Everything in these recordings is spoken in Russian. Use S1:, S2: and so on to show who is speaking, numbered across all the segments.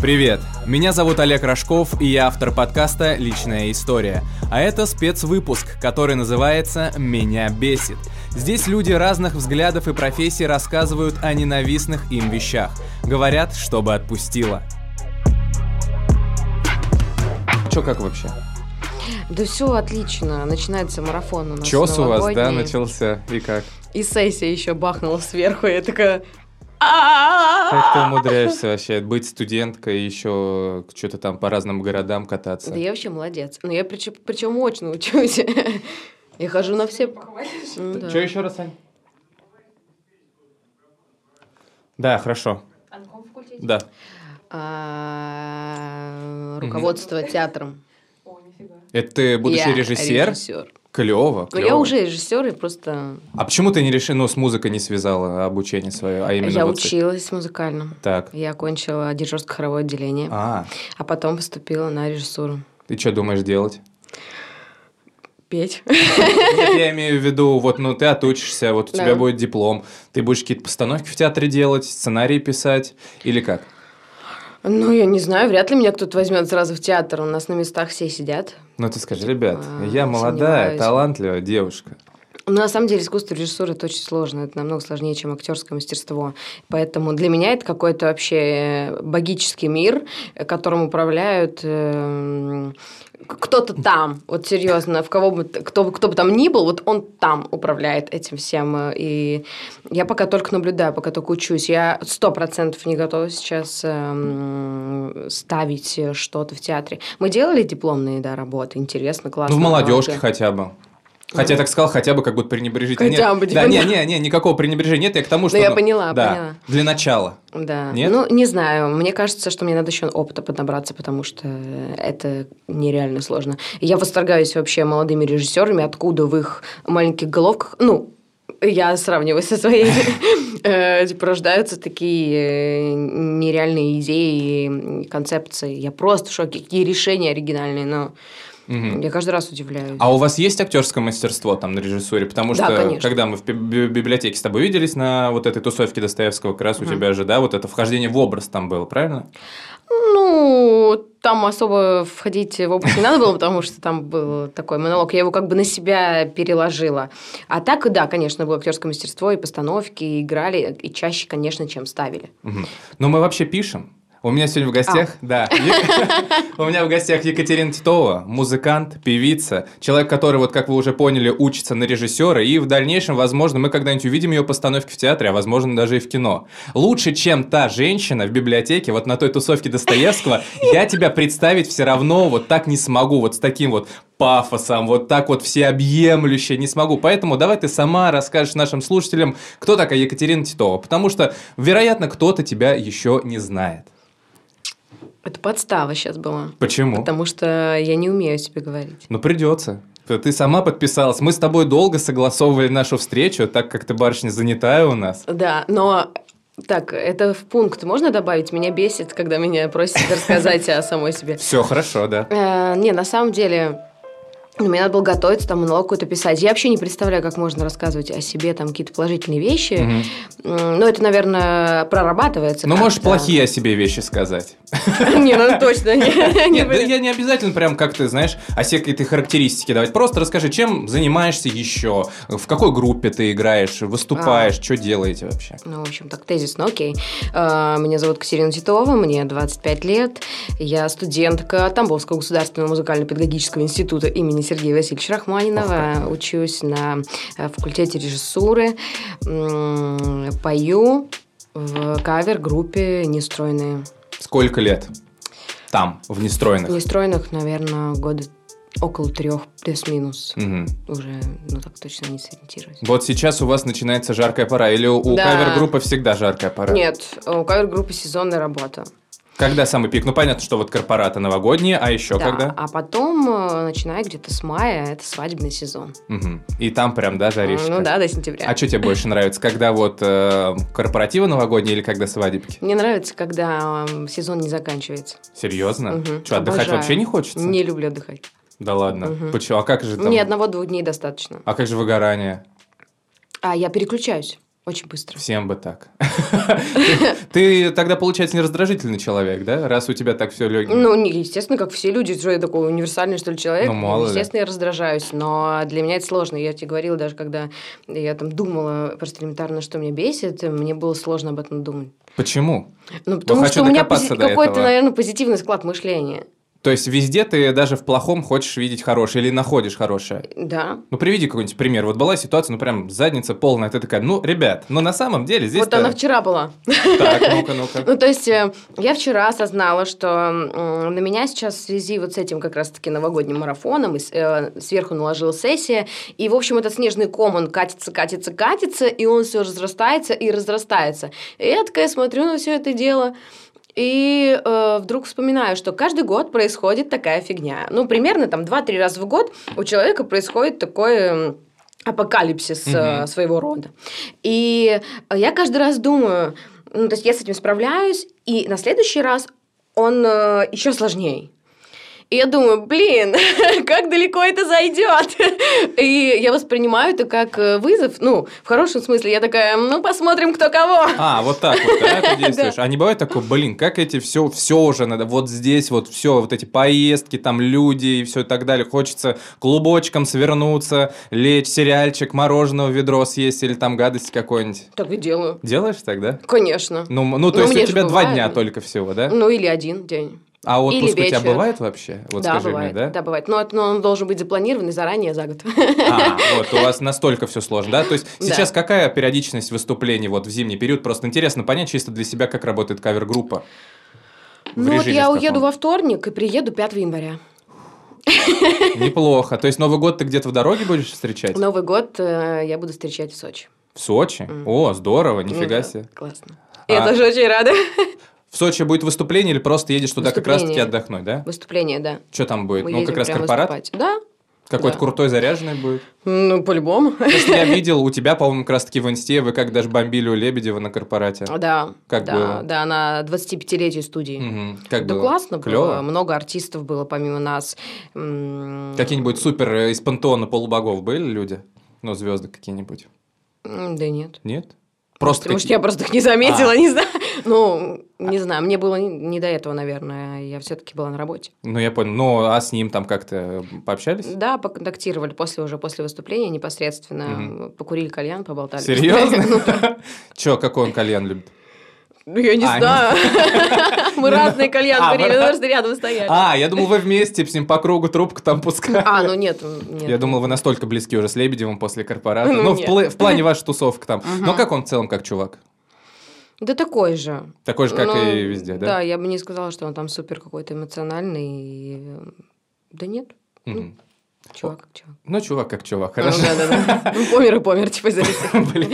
S1: Привет! Меня зовут Олег Рожков, и я автор подкаста «Личная история». А это спецвыпуск, который называется «Меня бесит». Здесь люди разных взглядов и профессий рассказывают о ненавистных им вещах. Говорят, чтобы отпустило. Чё, как вообще?
S2: Да все отлично, начинается марафон у нас
S1: Чёс у вас, да,
S2: новогодний.
S1: начался? И как?
S2: И сессия еще бахнула сверху, и я такая...
S1: Как ты
S2: «А-а-а!»
S1: умудряешься вообще быть студенткой и еще что-то там по разным городам кататься?
S2: Да я вообще молодец. Но я причем, причем очно учусь. Я хожу на все... Ну да.
S1: Что еще раз, Ань? Да, хорошо. Да.
S2: А, Руководство театром.
S1: Это ты будущий
S2: Я
S1: режиссер?
S2: режиссер.
S1: Клево,
S2: Ну, я уже режиссер, и просто...
S1: А почему ты не решила, ну, с музыкой не связала обучение свое, а именно
S2: Я
S1: вот с-
S2: училась музыкально.
S1: Так.
S2: Я окончила дирижерское хоровое отделение,
S1: А,
S2: а потом поступила на режиссуру.
S1: ты что думаешь делать?
S2: Петь.
S1: Нет, я имею в виду, вот, ну, ты отучишься, вот у
S2: Да.
S1: тебя будет диплом, ты будешь какие-то постановки в театре делать, сценарии писать, или как?
S2: Ну, я не знаю, вряд ли меня кто-то возьмет сразу в театр. У нас на местах все сидят.
S1: Ну, ты скажи, ребят,
S2: А,
S1: я молодая,
S2: сомневаюсь.
S1: талантливая девушка.
S2: Но Ну, на самом деле искусство режиссуры это очень сложно. Это намного сложнее, чем актерское мастерство. Поэтому для меня это какой-то вообще э, богический мир, э, которым управляют эм, к- кто-то там. Вот серьезно, в кого бы, т- кто, бы- кто бы там ни был, вот он там управляет этим всем. э, И я пока только наблюдаю, пока только учусь. Я сто процентов не готова сейчас эм, ставить э, что-то в театре. Мы делали дипломные да, работы. Интересно, классно.
S1: Ну, в молодежке
S2: работы.
S1: хотя бы. Хотя я так сказал, хотя бы как будто пренебрежительно.
S2: Хотя
S1: нет.
S2: бы,
S1: Да,
S2: типа,
S1: не, не, не, никакого пренебрежения нет, я к тому, что...
S2: я
S1: ну,
S2: поняла,
S1: да,
S2: поняла.
S1: для начала.
S2: Да.
S1: Нет?
S2: Ну, не знаю. Мне кажется, что мне надо еще опыта поднабраться, потому что это нереально сложно. Я восторгаюсь вообще молодыми режиссерами, откуда в их маленьких головках, ну, я сравниваю со своей, э, типа, рождаются такие э, нереальные идеи и концепции. Я просто в шоке. Какие решения оригинальные, но
S1: Мгм.
S2: я каждый раз удивляюсь.
S1: А у вас есть актерское мастерство там на режиссуре? Потому
S2: Да,
S1: что
S2: конечно.
S1: когда мы в пи- би- библиотеке с тобой виделись на вот этой тусовке Достоевского, как раз у
S2: Мгм.
S1: тебя же, да, вот это вхождение в образ там было, правильно?
S2: Ну, там особо входить в обувь не надо было, потому что там был такой монолог. Я его как бы на себя переложила. А так, да, конечно, было актерское мастерство, и постановки, и играли, и чаще, конечно, чем ставили.
S1: Мгм. Но мы вообще пишем. У меня сегодня в гостях, да, Е- у меня в гостях Екатерина Титова, музыкант, певица, человек, который, вот как вы уже поняли, учится на режиссера, и в дальнейшем, возможно, мы когда-нибудь увидим ее постановки в театре, а возможно, даже и в кино. Лучше, чем та женщина в библиотеке, вот на той тусовке Достоевского, я тебя представить все равно вот так не смогу, вот с таким вот пафосом, вот так вот всеобъемлюще не смогу. Поэтому давай ты сама расскажешь нашим слушателям, кто такая Екатерина Титова, потому что, вероятно, кто-то тебя еще не знает.
S2: Это подстава сейчас была.
S1: Почему?
S2: Потому что я не умею себе говорить.
S1: Ну, придется. Ты- Ты сама подписалась. Мы с тобой долго согласовывали нашу встречу, так как ты, барышня, занятая у нас.
S2: Да, но так, это в пункт можно добавить? Меня бесит, когда меня просят рассказать о самой себе.
S1: Все хорошо, да.
S2: Э, Не, на самом деле, ну, мне надо было готовиться, там, монолог какой-то писать. Я вообще не представляю, как можно рассказывать о себе, там, какие-то положительные вещи.
S1: Мгм.
S2: М, Ну, это, наверное, прорабатывается.
S1: Ну,
S2: как-то.
S1: можешь плохие о себе вещи сказать.
S2: Не, ну точно. не- не
S1: Нет, да
S2: вариант.
S1: я не обязательно прям как ты, знаешь, о себе какие-то характеристики давать. Просто расскажи, чем занимаешься еще, в какой группе ты играешь, выступаешь,
S2: А.
S1: что делаете вообще.
S2: Ну, в общем, так, тезис, ну окей. Э, Меня зовут Катерина Титова, мне 25 лет. Я студентка Тамбовского государственного музыкально-педагогического института имени Сергея Васильевича Рахманинова. Учусь на э, факультете режиссуры. М, Пою в кавер-группе «Нестроенные».
S1: Сколько лет там, в нестроенных?
S2: «Нестроенных», наверное, года около трех, плюс-минус.
S1: Мгм.
S2: Уже, ну так точно не сориентируюсь.
S1: Вот сейчас у вас начинается жаркая пора, или у
S2: Да.
S1: кавер-группы всегда жаркая пора?
S2: Нет, у кавер-группы сезонная работа.
S1: Когда самый пик? Ну, понятно, что вот корпораты новогодние, а еще
S2: Да,
S1: когда?
S2: А потом, э, начиная где-то с мая, это свадебный сезон.
S1: Мгм. И там прям, да, жаришка?
S2: Ну да, до сентября.
S1: А что тебе больше нравится, когда вот э, корпоративы новогодние или когда свадебки?
S2: Мне нравится, когда эм, сезон не заканчивается.
S1: Серьезно?
S2: Мгм.
S1: Что, отдыхать
S2: Обожаю.
S1: вообще не хочется?
S2: Не люблю отдыхать.
S1: Да ладно.
S2: Мгм. ну
S1: Почему? А как же там?
S2: Мне одного-двух дней достаточно.
S1: А как же выгорание?
S2: А я переключаюсь. Очень быстро.
S1: Всем бы так. Ты- Ты тогда, получается, не раздражительный человек, да? Раз у тебя так все легенько.
S2: Ну, не, естественно, как все люди, что я такой универсальный, что ли, человек.
S1: Ну, мало ли.
S2: естественно, я раздражаюсь, но для меня это сложно. Я тебе говорила, даже когда я там думала просто элементарно, что меня бесит, мне было сложно об этом думать.
S1: Почему?
S2: Ну, потому
S1: хочу
S2: что у меня
S1: докопаться
S2: пози-
S1: до
S2: какой-то,
S1: этого.
S2: наверное, позитивный склад мышления.
S1: То есть везде ты даже в плохом хочешь видеть хорошее или находишь хорошее?
S2: Да.
S1: Ну, приведи какой-нибудь пример. Вот была ситуация, ну, прям задница полная. Ты такая, ну, ребят, ну, на самом деле здесь...
S2: вот она вчера была.
S1: Так, ну-ка, ну-ка.
S2: Ну, то есть, э, я вчера осознала, что м, на меня сейчас в связи вот с этим как раз-таки новогодним марафоном и с- э, сверху наложила сессия, и, в общем, этот снежный ком, он катится, катится, катится, и он все разрастается и разрастается. И я такая смотрю на все это дело, и э, вдруг вспоминаю, что каждый год происходит такая фигня. Ну, примерно там 2-3 раза в год у человека происходит такой м, апокалипсис э,
S1: Мгм.
S2: своего рода. И э, я каждый раз думаю, ну, то есть я с этим справляюсь, и на следующий раз он еще сложнее. И я думаю, блин, как далеко это зайдет. И я воспринимаю это как э, вызов, ну, в хорошем смысле. Я такая, ну, посмотрим, кто кого.
S1: А, вот так вот, да, ты действуешь. А не бывает такое, блин, как эти все, все уже надо, вот здесь вот все, вот эти поездки, там люди и все и так далее. Хочется клубочком свернуться, лечь, сериальчик, мороженого в ведро съесть или там гадость какой-нибудь.
S2: Так и делаю.
S1: Делаешь так, да?
S2: Конечно.
S1: Ну, м- ну то
S2: Ну,
S1: есть
S2: мне
S1: у
S2: же
S1: тебя два
S2: бывает.
S1: дня только всего, да?
S2: Ну, или один день.
S1: А отпуск у тебя
S2: вечер.
S1: бывает вообще? Вот
S2: да,
S1: скажи
S2: бывает.
S1: мне, да?
S2: бывает. Но, это- но он должен быть запланирован и заранее за год.
S1: А, вот, у вас настолько все сложно, да? То есть
S2: Да.
S1: сейчас какая периодичность выступлений вот в зимний период? Просто интересно понять чисто для себя, как работает кавер-группа. В
S2: Ну, вот
S1: режиме
S2: я
S1: в
S2: уеду
S1: каком?
S2: во вторник и приеду 5 января.
S1: Неплохо. То есть Новый год ты где-то в дороге будешь встречать?
S2: Новый год э, я буду встречать в Сочи.
S1: В Сочи?
S2: Ну. Мгм. Ну
S1: О, здорово, нифига
S2: Да,
S1: себе.
S2: Классно.
S1: А-
S2: Я тоже очень рада.
S1: В Сочи будет выступление или просто едешь туда как раз-таки
S2: Выступление.
S1: отдохнуть, да?
S2: Выступление, да.
S1: Что там будет?
S2: Мы
S1: ну,
S2: едем
S1: как раз
S2: прям
S1: корпорат?
S2: выступать. Да?
S1: Какой-то
S2: Да.
S1: крутой, заряженный будет?
S2: Ну, по-любому.
S1: Потому что я видел у тебя, по-моему, как раз-таки в инсте, вы как даже бомбили у Лебедева на корпорате.
S2: Да.
S1: Как
S2: да,
S1: было?
S2: Да, на 25-летие студии.
S1: Мгм. Как
S2: А, да
S1: было?
S2: классно
S1: Клёво?
S2: было. Много артистов было помимо нас. М,
S1: Какие-нибудь супер э, из пантеона полубогов были люди? Ну, звезды какие-нибудь?
S2: м, Да нет.
S1: Нет? Просто А.
S2: Может,
S1: какие-
S2: я просто их не заметила, не знаю. Ну, не знаю, мне было не- не до этого, наверное. Я все-таки была на работе.
S1: Ну, я понял. Ну, а с ним там как-то пообщались?
S2: Да, поконтактировали после уже, после выступления непосредственно. Покурили кальян, поболтали. Ну,
S1: Серьезно? Че, какой он кальян любит?
S2: Я не
S1: А,
S2: знаю. Мы разные кальян
S1: А, вы
S2: курили, мы
S1: раз-
S2: просто рядом стояли.
S1: А, я думал, вы вместе с ним по кругу трубку там пускали.
S2: А, ну нет, м, нет.
S1: Я думал, вы настолько близки уже с Лебедевым после корпората.
S2: Ну,
S1: Ну, в
S2: нет.
S1: пла- в плане вашей тусовки там.
S2: Мгм.
S1: Но как он в целом, как чувак?
S2: Да такой же.
S1: Такой же, как
S2: Ну,
S1: и везде,
S2: Да,
S1: да?
S2: я бы не сказала, что он там супер какой-то эмоциональный. и, э, Да нет,
S1: Мгм.
S2: чувак, как чувак.
S1: Ну, чувак как чувак,
S2: Ну,
S1: хорошо.
S2: да-да-да. Ну, помер и помер, типа, из этой серии.
S1: Блин.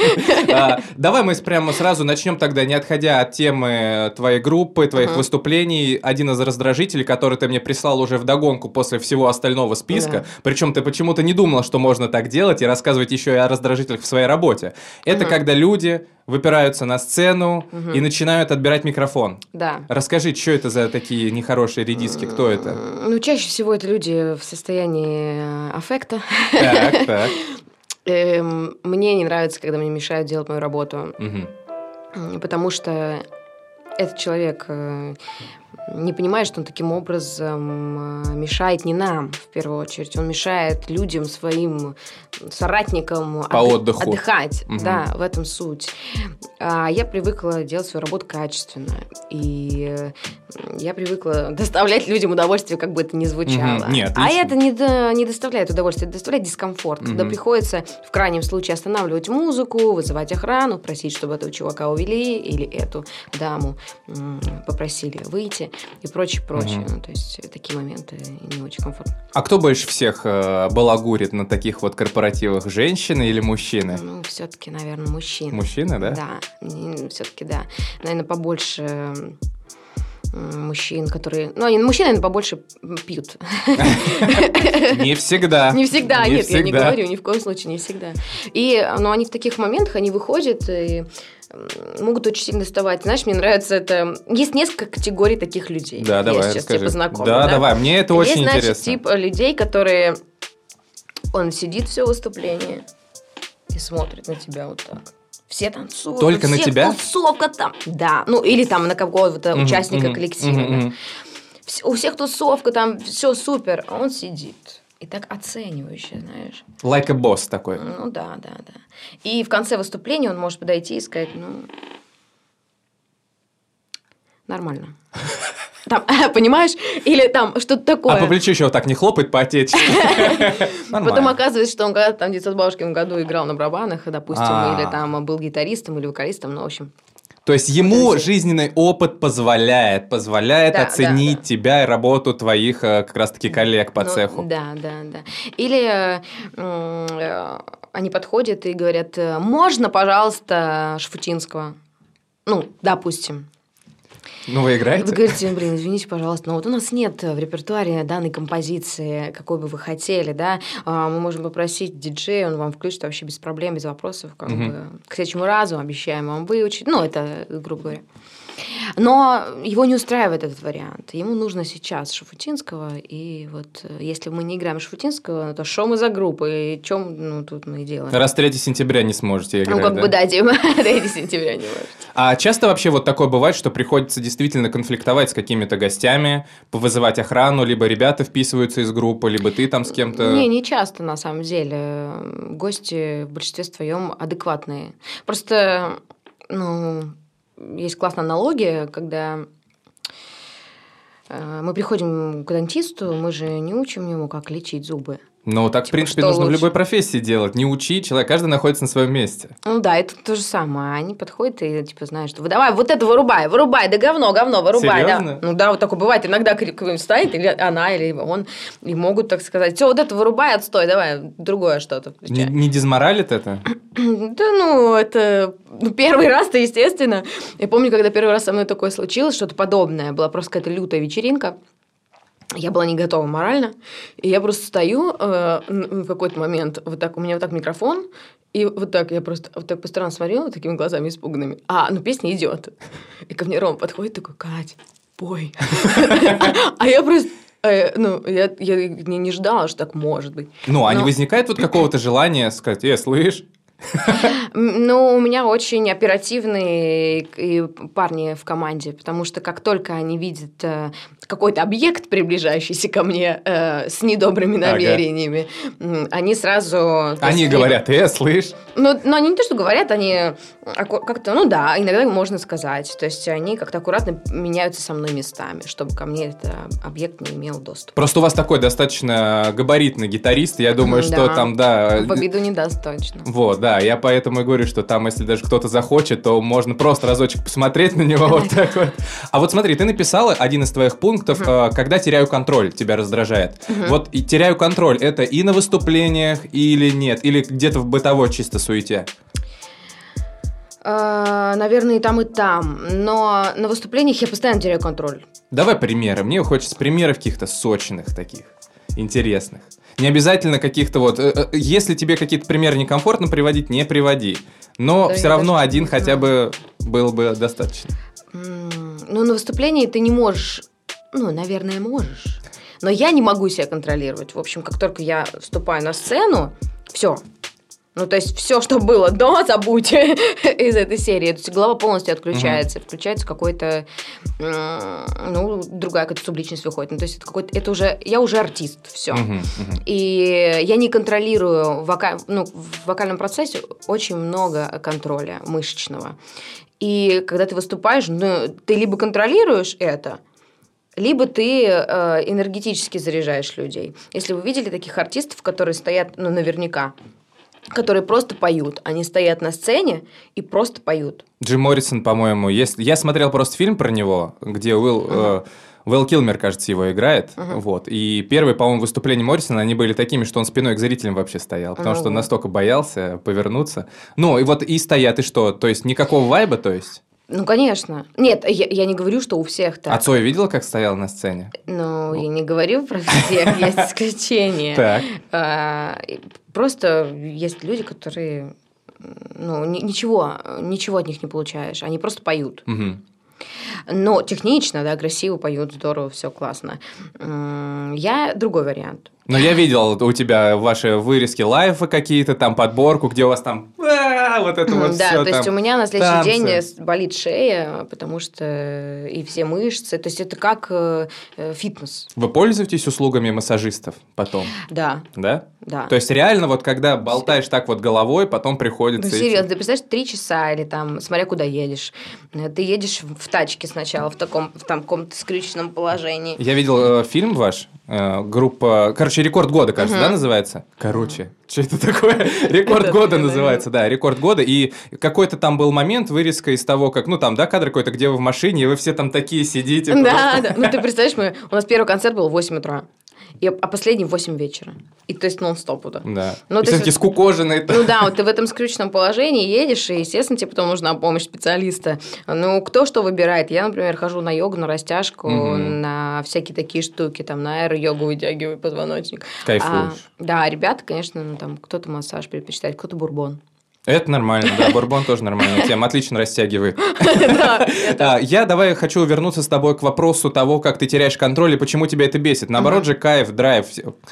S1: А, Давай мы с- прямо сразу начнем тогда, не отходя от темы э, твоей группы, твоих
S2: Ага.
S1: выступлений. Один из раздражителей, который ты мне прислал уже вдогонку после всего остального списка.
S2: Да.
S1: Причем ты почему-то не думала, что можно так делать и рассказывать еще и о раздражителях в своей работе. Это
S2: Ага.
S1: когда люди выпираются на сцену
S2: Мгм.
S1: и начинают отбирать микрофон.
S2: Да.
S1: Расскажи, что это за такие нехорошие редиски, кто это?
S2: М, Ну, чаще всего это люди в состоянии э, аффекта.
S1: Так, так.
S2: Эм, Мне не нравится, когда мне мешают делать мою работу,
S1: Мгм.
S2: м, потому что этот человек э, не понимает, что он таким образом э, мешает не нам, в первую очередь. Он мешает людям, своим соратникам
S1: По отдыху.
S2: отдыхать.
S1: Мгм.
S2: Да, в этом суть. А я привыкла делать свою работу качественно. И э, я привыкла доставлять людям удовольствие, как бы это ни звучало.
S1: Мгм. Не,
S2: а
S1: отлично.
S2: это не, до- не доставляет удовольствие, это доставляет дискомфорт.
S1: Мгм.
S2: Да приходится в крайнем случае останавливать музыку, вызывать охрану, просить, чтобы этого чувака увели или эту даму м, попросили выйти и прочее, прочее.
S1: Мгм.
S2: Ну, То есть э, такие моменты не очень комфортно.
S1: А кто больше всех э, балагурит на таких вот корпоративах, женщины или мужчины?
S2: Ну, все-таки, наверное, мужчина.
S1: Мужчины, да?
S2: все-таки да. Наверное, побольше м, мужчин, которые... Ну, они, мужчины, наверное, побольше м, пьют.
S1: Не всегда.
S2: Не всегда,
S1: Не
S2: нет, я не
S1: всегда.
S2: говорю, ни в коем случае, не всегда. И, но они в таких моментах, они выходят и м, могут очень сильно доставать. Знаешь, мне нравится это... Есть несколько категорий таких людей.
S1: Да, давай,
S2: Я сейчас
S1: расскажи.
S2: тебе познакомлю.
S1: да, давай, мне это очень
S2: Есть, значит,
S1: интересно.
S2: тип э, людей, которые... Он сидит все выступление и смотрит на тебя вот так. все танцуют.
S1: Только
S2: у
S1: на
S2: всех
S1: тебя?
S2: Тусовка там. Да, ну или там на какого-то
S1: Мгм,
S2: э, участника
S1: мгм,
S2: коллектива.
S1: мгм,
S2: да.
S1: мгм.
S2: Вс- У всех тусовка, там все супер. А он сидит. И так оценивающе, знаешь.
S1: Like a boss такой. А
S2: Ну да, да, да. И в конце выступления он может подойти и сказать, ну, нормально. Там, понимаешь? Или там что-то такое.
S1: А по плечу еще вот так не хлопает по-отечески.
S2: Потом
S1: Нормально.
S2: оказывается, что он когда-то там в 1900 году играл на барабанах, допустим,
S1: А.
S2: или там был гитаристом или вокалистом, ну, в общем.
S1: То есть ему
S2: Подожди.
S1: жизненный опыт позволяет, позволяет
S2: Да, да,
S1: оценить
S2: да.
S1: тебя и работу твоих э, как раз-таки коллег по
S2: Ну,
S1: цеху.
S2: Да, да, да. Или э, м, э, они подходят и говорят, э, можно, пожалуйста, Шафутинского? Ну, допустим.
S1: Ну, вы
S2: Вы
S1: играете?
S2: говорите, блин, извините, пожалуйста, но вот у нас нет э, в репертуаре данной композиции, какой бы вы хотели, да. А, Мы можем попросить диджея, он вам включит вообще без проблем, без вопросов, как
S1: Мгм.
S2: бы к следующему разу обещаем вам выучить. Ну, это, грубо говоря. Но его не устраивает этот вариант. Ему нужно сейчас Шафутинского, и вот э, если мы не играем Шафутинского, то что мы за группа, и чем ну, тут мы и делаем?
S1: Раз 3 сентября не сможете играть,
S2: ну, как
S1: да?
S2: бы, да, Дима, 3 сентября не может.
S1: А часто вообще вот такое бывает, что приходится действительно конфликтовать с какими-то гостями, вызывать охрану, либо ребята вписываются из группы, либо ты там с кем-то...
S2: Не, не часто, на самом деле. М, Гости в большинстве своем адекватные. Просто, ну, есть классная аналогия, когда э, мы приходим к дантисту, мы же не учим ему, как лечить зубы.
S1: Ну, так, в
S2: Типа,
S1: принципе,
S2: что
S1: нужно в
S2: лучше?
S1: любой профессии делать. Не учи, человек, каждый находится на своем месте.
S2: Ну да, это то же самое. Они подходят и типа знают, что выдавай, вот это вырубай, вырубай, да говно, говно, вырубай. да».
S1: Серьезно?
S2: Ну да, вот такое бывает. Иногда к- к ним стоит, или она, или он, и могут так сказать, все, вот это вырубай, отстой, давай другое что-то.
S1: Не,
S2: включай».
S1: не дизморалит это?
S2: Да ну, это ну, первый раз-то, естественно. Я помню, когда первый раз со мной такое случилось, что-то подобное. Была просто какая-то лютая вечеринка. Я была не готова морально. И я просто стою э, н- в какой-то момент, вот так, у меня вот так микрофон, и вот так я просто вот так по сторонам смотрела, вот такими глазами испуганными. А, ну песня идет. И ко мне Ром подходит такой, Кать, пой. А я просто, э, ну, я я не не ждала, что так может быть.
S1: Ну, а не
S2: Но-
S1: возникает вот какого-то желания сказать, э, слышь?
S2: М, Ну, у меня очень оперативные и парни в команде, потому что как только они видят э, какой-то объект, приближающийся ко мне э, с недобрыми
S1: Ага.
S2: намерениями, м, они сразу... то
S1: Они
S2: есть,
S1: говорят, э, слышь?
S2: Ну, но они не то, что говорят, они аку- как-то, ну да, иногда можно сказать. То есть они как-то аккуратно меняются со мной местами, чтобы ко мне этот объект не имел доступа.
S1: Просто у вас такой достаточно габаритный гитарист, я думаю,
S2: М,
S1: что
S2: да.
S1: там, да...
S2: В обиду не даст точно.
S1: Вот, да, я поэтому и говорю, что там, если даже кто-то захочет, то можно просто разочек посмотреть на него вот так вот. А вот смотри, ты написала один из твоих пунктов, э, когда теряю контроль, тебя раздражает. Вот и теряю контроль, это и на выступлениях, или нет, или где-то в бытовой чисто суете.
S2: Э, Наверное, и там, и там. Но на выступлениях я постоянно теряю контроль.
S1: Давай примеры, мне хочется примеров каких-то сочных таких, интересных. Не обязательно каких-то вот, э, э, если тебе какие-то примеры некомфортно приводить, не приводи. Но
S2: Да,
S1: все
S2: я
S1: равно
S2: даже не
S1: один хотя бы был бы достаточно.
S2: М, Ну, на выступлении ты не можешь... Ну, наверное, можешь. Но я не могу себя контролировать. В общем, как только я вступаю на сцену, все. Ну, то есть, все, что было до, забудьте из этой серии. То есть, голова полностью отключается. Включается какой-то... м, Ну, другая какая-то субличность выходит. Ну, то есть, это какой-то... Это уже... Я уже артист, все.
S1: Мгм, мгм.
S2: И я не контролирую вока- ну, в вокальном процессе очень много контроля мышечного. И когда ты выступаешь, ну, ты либо контролируешь это, либо ты э, энергетически заряжаешь людей. Если вы видели таких артистов, которые стоят, ну, наверняка, которые просто поют. Они стоят на сцене и просто поют.
S1: Джим Моррисон, по-моему, есть. Я смотрел просто фильм про него, где Уилл, э, Уилл Килмер, кажется, его играет. Вот. И первые, по-моему, выступления Моррисона, они были такими, что он спиной к зрителям вообще стоял, потому
S2: Ну
S1: что
S2: вот.
S1: настолько боялся повернуться. Ну, и вот и стоят, и что? То есть никакого вайба, то есть?
S2: Ну, конечно. Нет, я, я не говорю, что у всех так.
S1: А Цой видела, как стоял на сцене?
S2: Ну, я не говорю про всех, есть исключения.
S1: Так.
S2: А, и Просто есть люди, которые ну, ни- ничего, ничего от них не получаешь. Они просто поют.
S1: Мгм.
S2: Но технично, да, красиво поют, здорово, все классно. М, Я другой вариант.
S1: Но я видел у тебя ваши вырезки лайфы какие-то, там подборку, где у вас там «А, вот это вот
S2: да,
S1: все.
S2: то есть у меня на следующий
S1: танцы.
S2: день э, с- болит шея, потому что и все мышцы. То есть это как э, э, фитнес.
S1: Вы пользуетесь услугами массажистов потом,
S2: Да,
S1: да?
S2: А, да.
S1: То есть реально вот когда болтаешь так вот головой, потом
S2: Ну,
S1: приходится... идти.
S2: серьезно, ты представляешь, три часа или там, смотря куда едешь. Э, Ты едешь в в тачке сначала, в таком, в там каком-то скрюченном положении.
S1: Я видел э, фильм ваш, э, группа... Короче, «Рекорд года», кажется,
S2: Мгм.
S1: да, называется? Короче, что это такое? «Рекорд
S2: Это
S1: года»
S2: ты
S1: называется, да, «Рекорд года». И какой-то там был момент, вырезка из того, как... Ну, там, да, кадр какой-то, где вы в машине, и вы все там такие сидите.
S2: Да,
S1: просто.
S2: да. Ну, ты представляешь, мы, у нас первый концерт был в 8 утра, и, а последний в 8 вечера. И то есть нон-стоп вот так.
S1: Да.
S2: Ну,
S1: И
S2: то
S1: все
S2: есть
S1: такие
S2: вот-
S1: скукоженные.
S2: Ну да, вот ты в этом скрюченном положении едешь, и, естественно, тебе потом нужна помощь специалиста. Ну, кто что выбирает? Я, например, хожу на йогу, на растяжку,
S1: Мгм.
S2: на всякие такие штуки, там, на аэро-йогу вытягиваю позвоночник. А,
S1: Кайфуешь.
S2: да, ребята, конечно, ну, там, кто-то массаж предпочитает, кто-то бурбон.
S1: Это нормально, да, бурбон тоже нормальная тема, отлично растягивает.
S2: Да.
S1: А, Я давай хочу вернуться с тобой к вопросу того, как ты теряешь контроль и почему тебя это бесит. Наоборот же, кайф, драйв.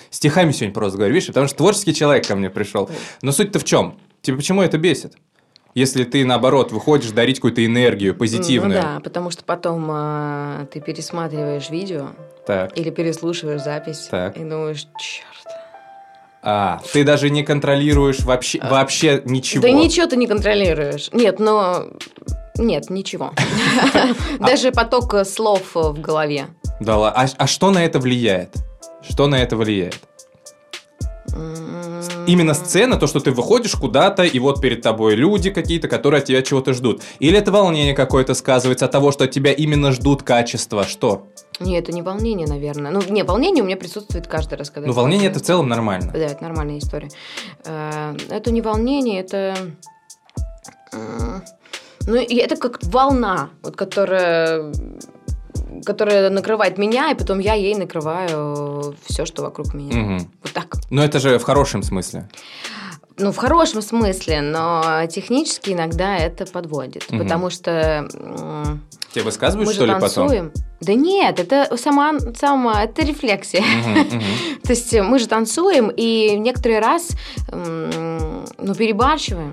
S1: Стихами сегодня просто говорю, видишь, потому что творческий человек ко мне пришел. Но суть-то в чем? Тебе почему это бесит? Если ты, наоборот, выходишь дарить какую-то энергию позитивную.
S2: Ну да, потому что потом а, ты пересматриваешь видео
S1: Так.
S2: или переслушиваешь запись
S1: Так.
S2: и думаешь, черт.
S1: А, ты даже не контролируешь вообще, вообще ничего.
S2: А. Да ничего ты не контролируешь. Нет, но... Нет, ничего.
S1: А
S2: Даже поток э, слов э, в голове.
S1: Да ла- а, а что на это влияет? Что на это влияет?
S2: М,
S1: Именно сцена, то, что ты выходишь куда-то, и вот перед тобой люди какие-то, которые от тебя чего-то ждут. Или это волнение какое-то сказывается от того, что от тебя именно ждут качества, что?
S2: Не, это не волнение, наверное. Ну, не, волнение у меня присутствует каждый раз, когда...
S1: Ну,
S2: я
S1: волнение это в
S2: смотрю.
S1: целом нормально.
S2: Да, это нормальная история. Э, Это не волнение, это... м, Ну, и это как волна, вот которая которая накрывает меня, и потом я ей накрываю все, что вокруг меня.
S1: Мгм.
S2: Вот так.
S1: Но это же в хорошем смысле.
S2: Ну, в хорошем смысле, но технически иногда это подводит.
S1: Мгм.
S2: Потому что м,
S1: Тебе
S2: мы
S1: высказывают,
S2: же
S1: что ли, потом?
S2: танцуем. Да нет, это сама, сама это рефлексия.
S1: Мгм, мгм.
S2: То есть э, мы же танцуем, и некоторые раз м, ну, перебарщиваем.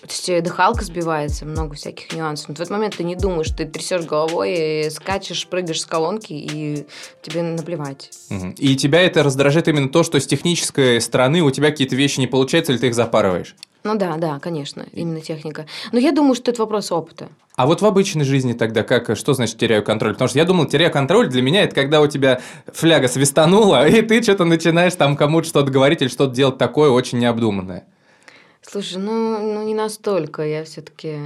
S2: То есть э, дыхалка сбивается, много всяких нюансов. Но в этот момент ты не думаешь, ты трясешь головой, и скачешь, прыгаешь с колонки, и тебе наплевать.
S1: Мгм. И тебя это раздражает именно то, что с технической стороны у тебя какие-то вещи не получаются, или ты их запарываешь.
S2: Ну да, да, конечно, именно техника. Но я думаю, что это вопрос опыта.
S1: А вот в обычной жизни тогда как, э, что значит теряю контроль? Потому что я думал, теряю контроль для меня это когда у тебя фляга свистанула, и ты что-то начинаешь там кому-то что-то говорить или что-то делать такое очень необдуманное.
S2: Слушай, ну, ну не настолько. Я все-таки...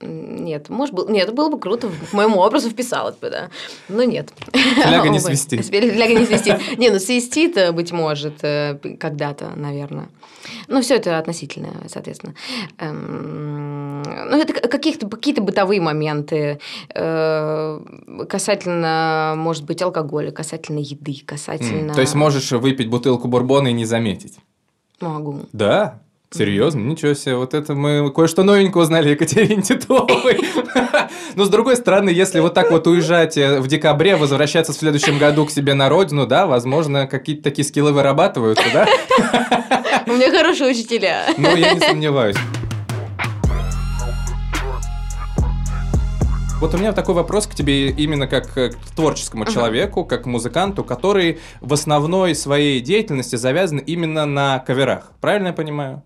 S2: Нет, может, был... нет, было бы круто, к моему образу вписалась бы, да. Но нет.
S1: Фляга не
S2: Увы.
S1: свистит.
S2: Фляга не свистит. Не, ну свистит, э, быть может, э, когда-то, наверное. Ну, все это относительно, соответственно. Эм, Ну, это к- каких-то, какие-то бытовые моменты э, касательно, может быть, алкоголя, касательно еды,
S1: М,
S2: касательно...
S1: То есть можешь выпить бутылку бурбона и не заметить.
S2: Могу.
S1: Да? Серьезно? Ничего себе, вот это мы кое-что новенькое узнали о Екатерине Титовой. Но с другой стороны, если вот так вот уезжать э, в декабре, возвращаться в следующем году к себе на родину, да, возможно, какие-то такие скиллы вырабатываются, да?
S2: У меня хорошие учителя.
S1: Ну, я не сомневаюсь. Вот у меня такой вопрос к тебе именно как э, к творческому
S2: Ага.
S1: человеку, как к музыканту, который в основной своей деятельности завязан именно на каверах. Правильно я понимаю?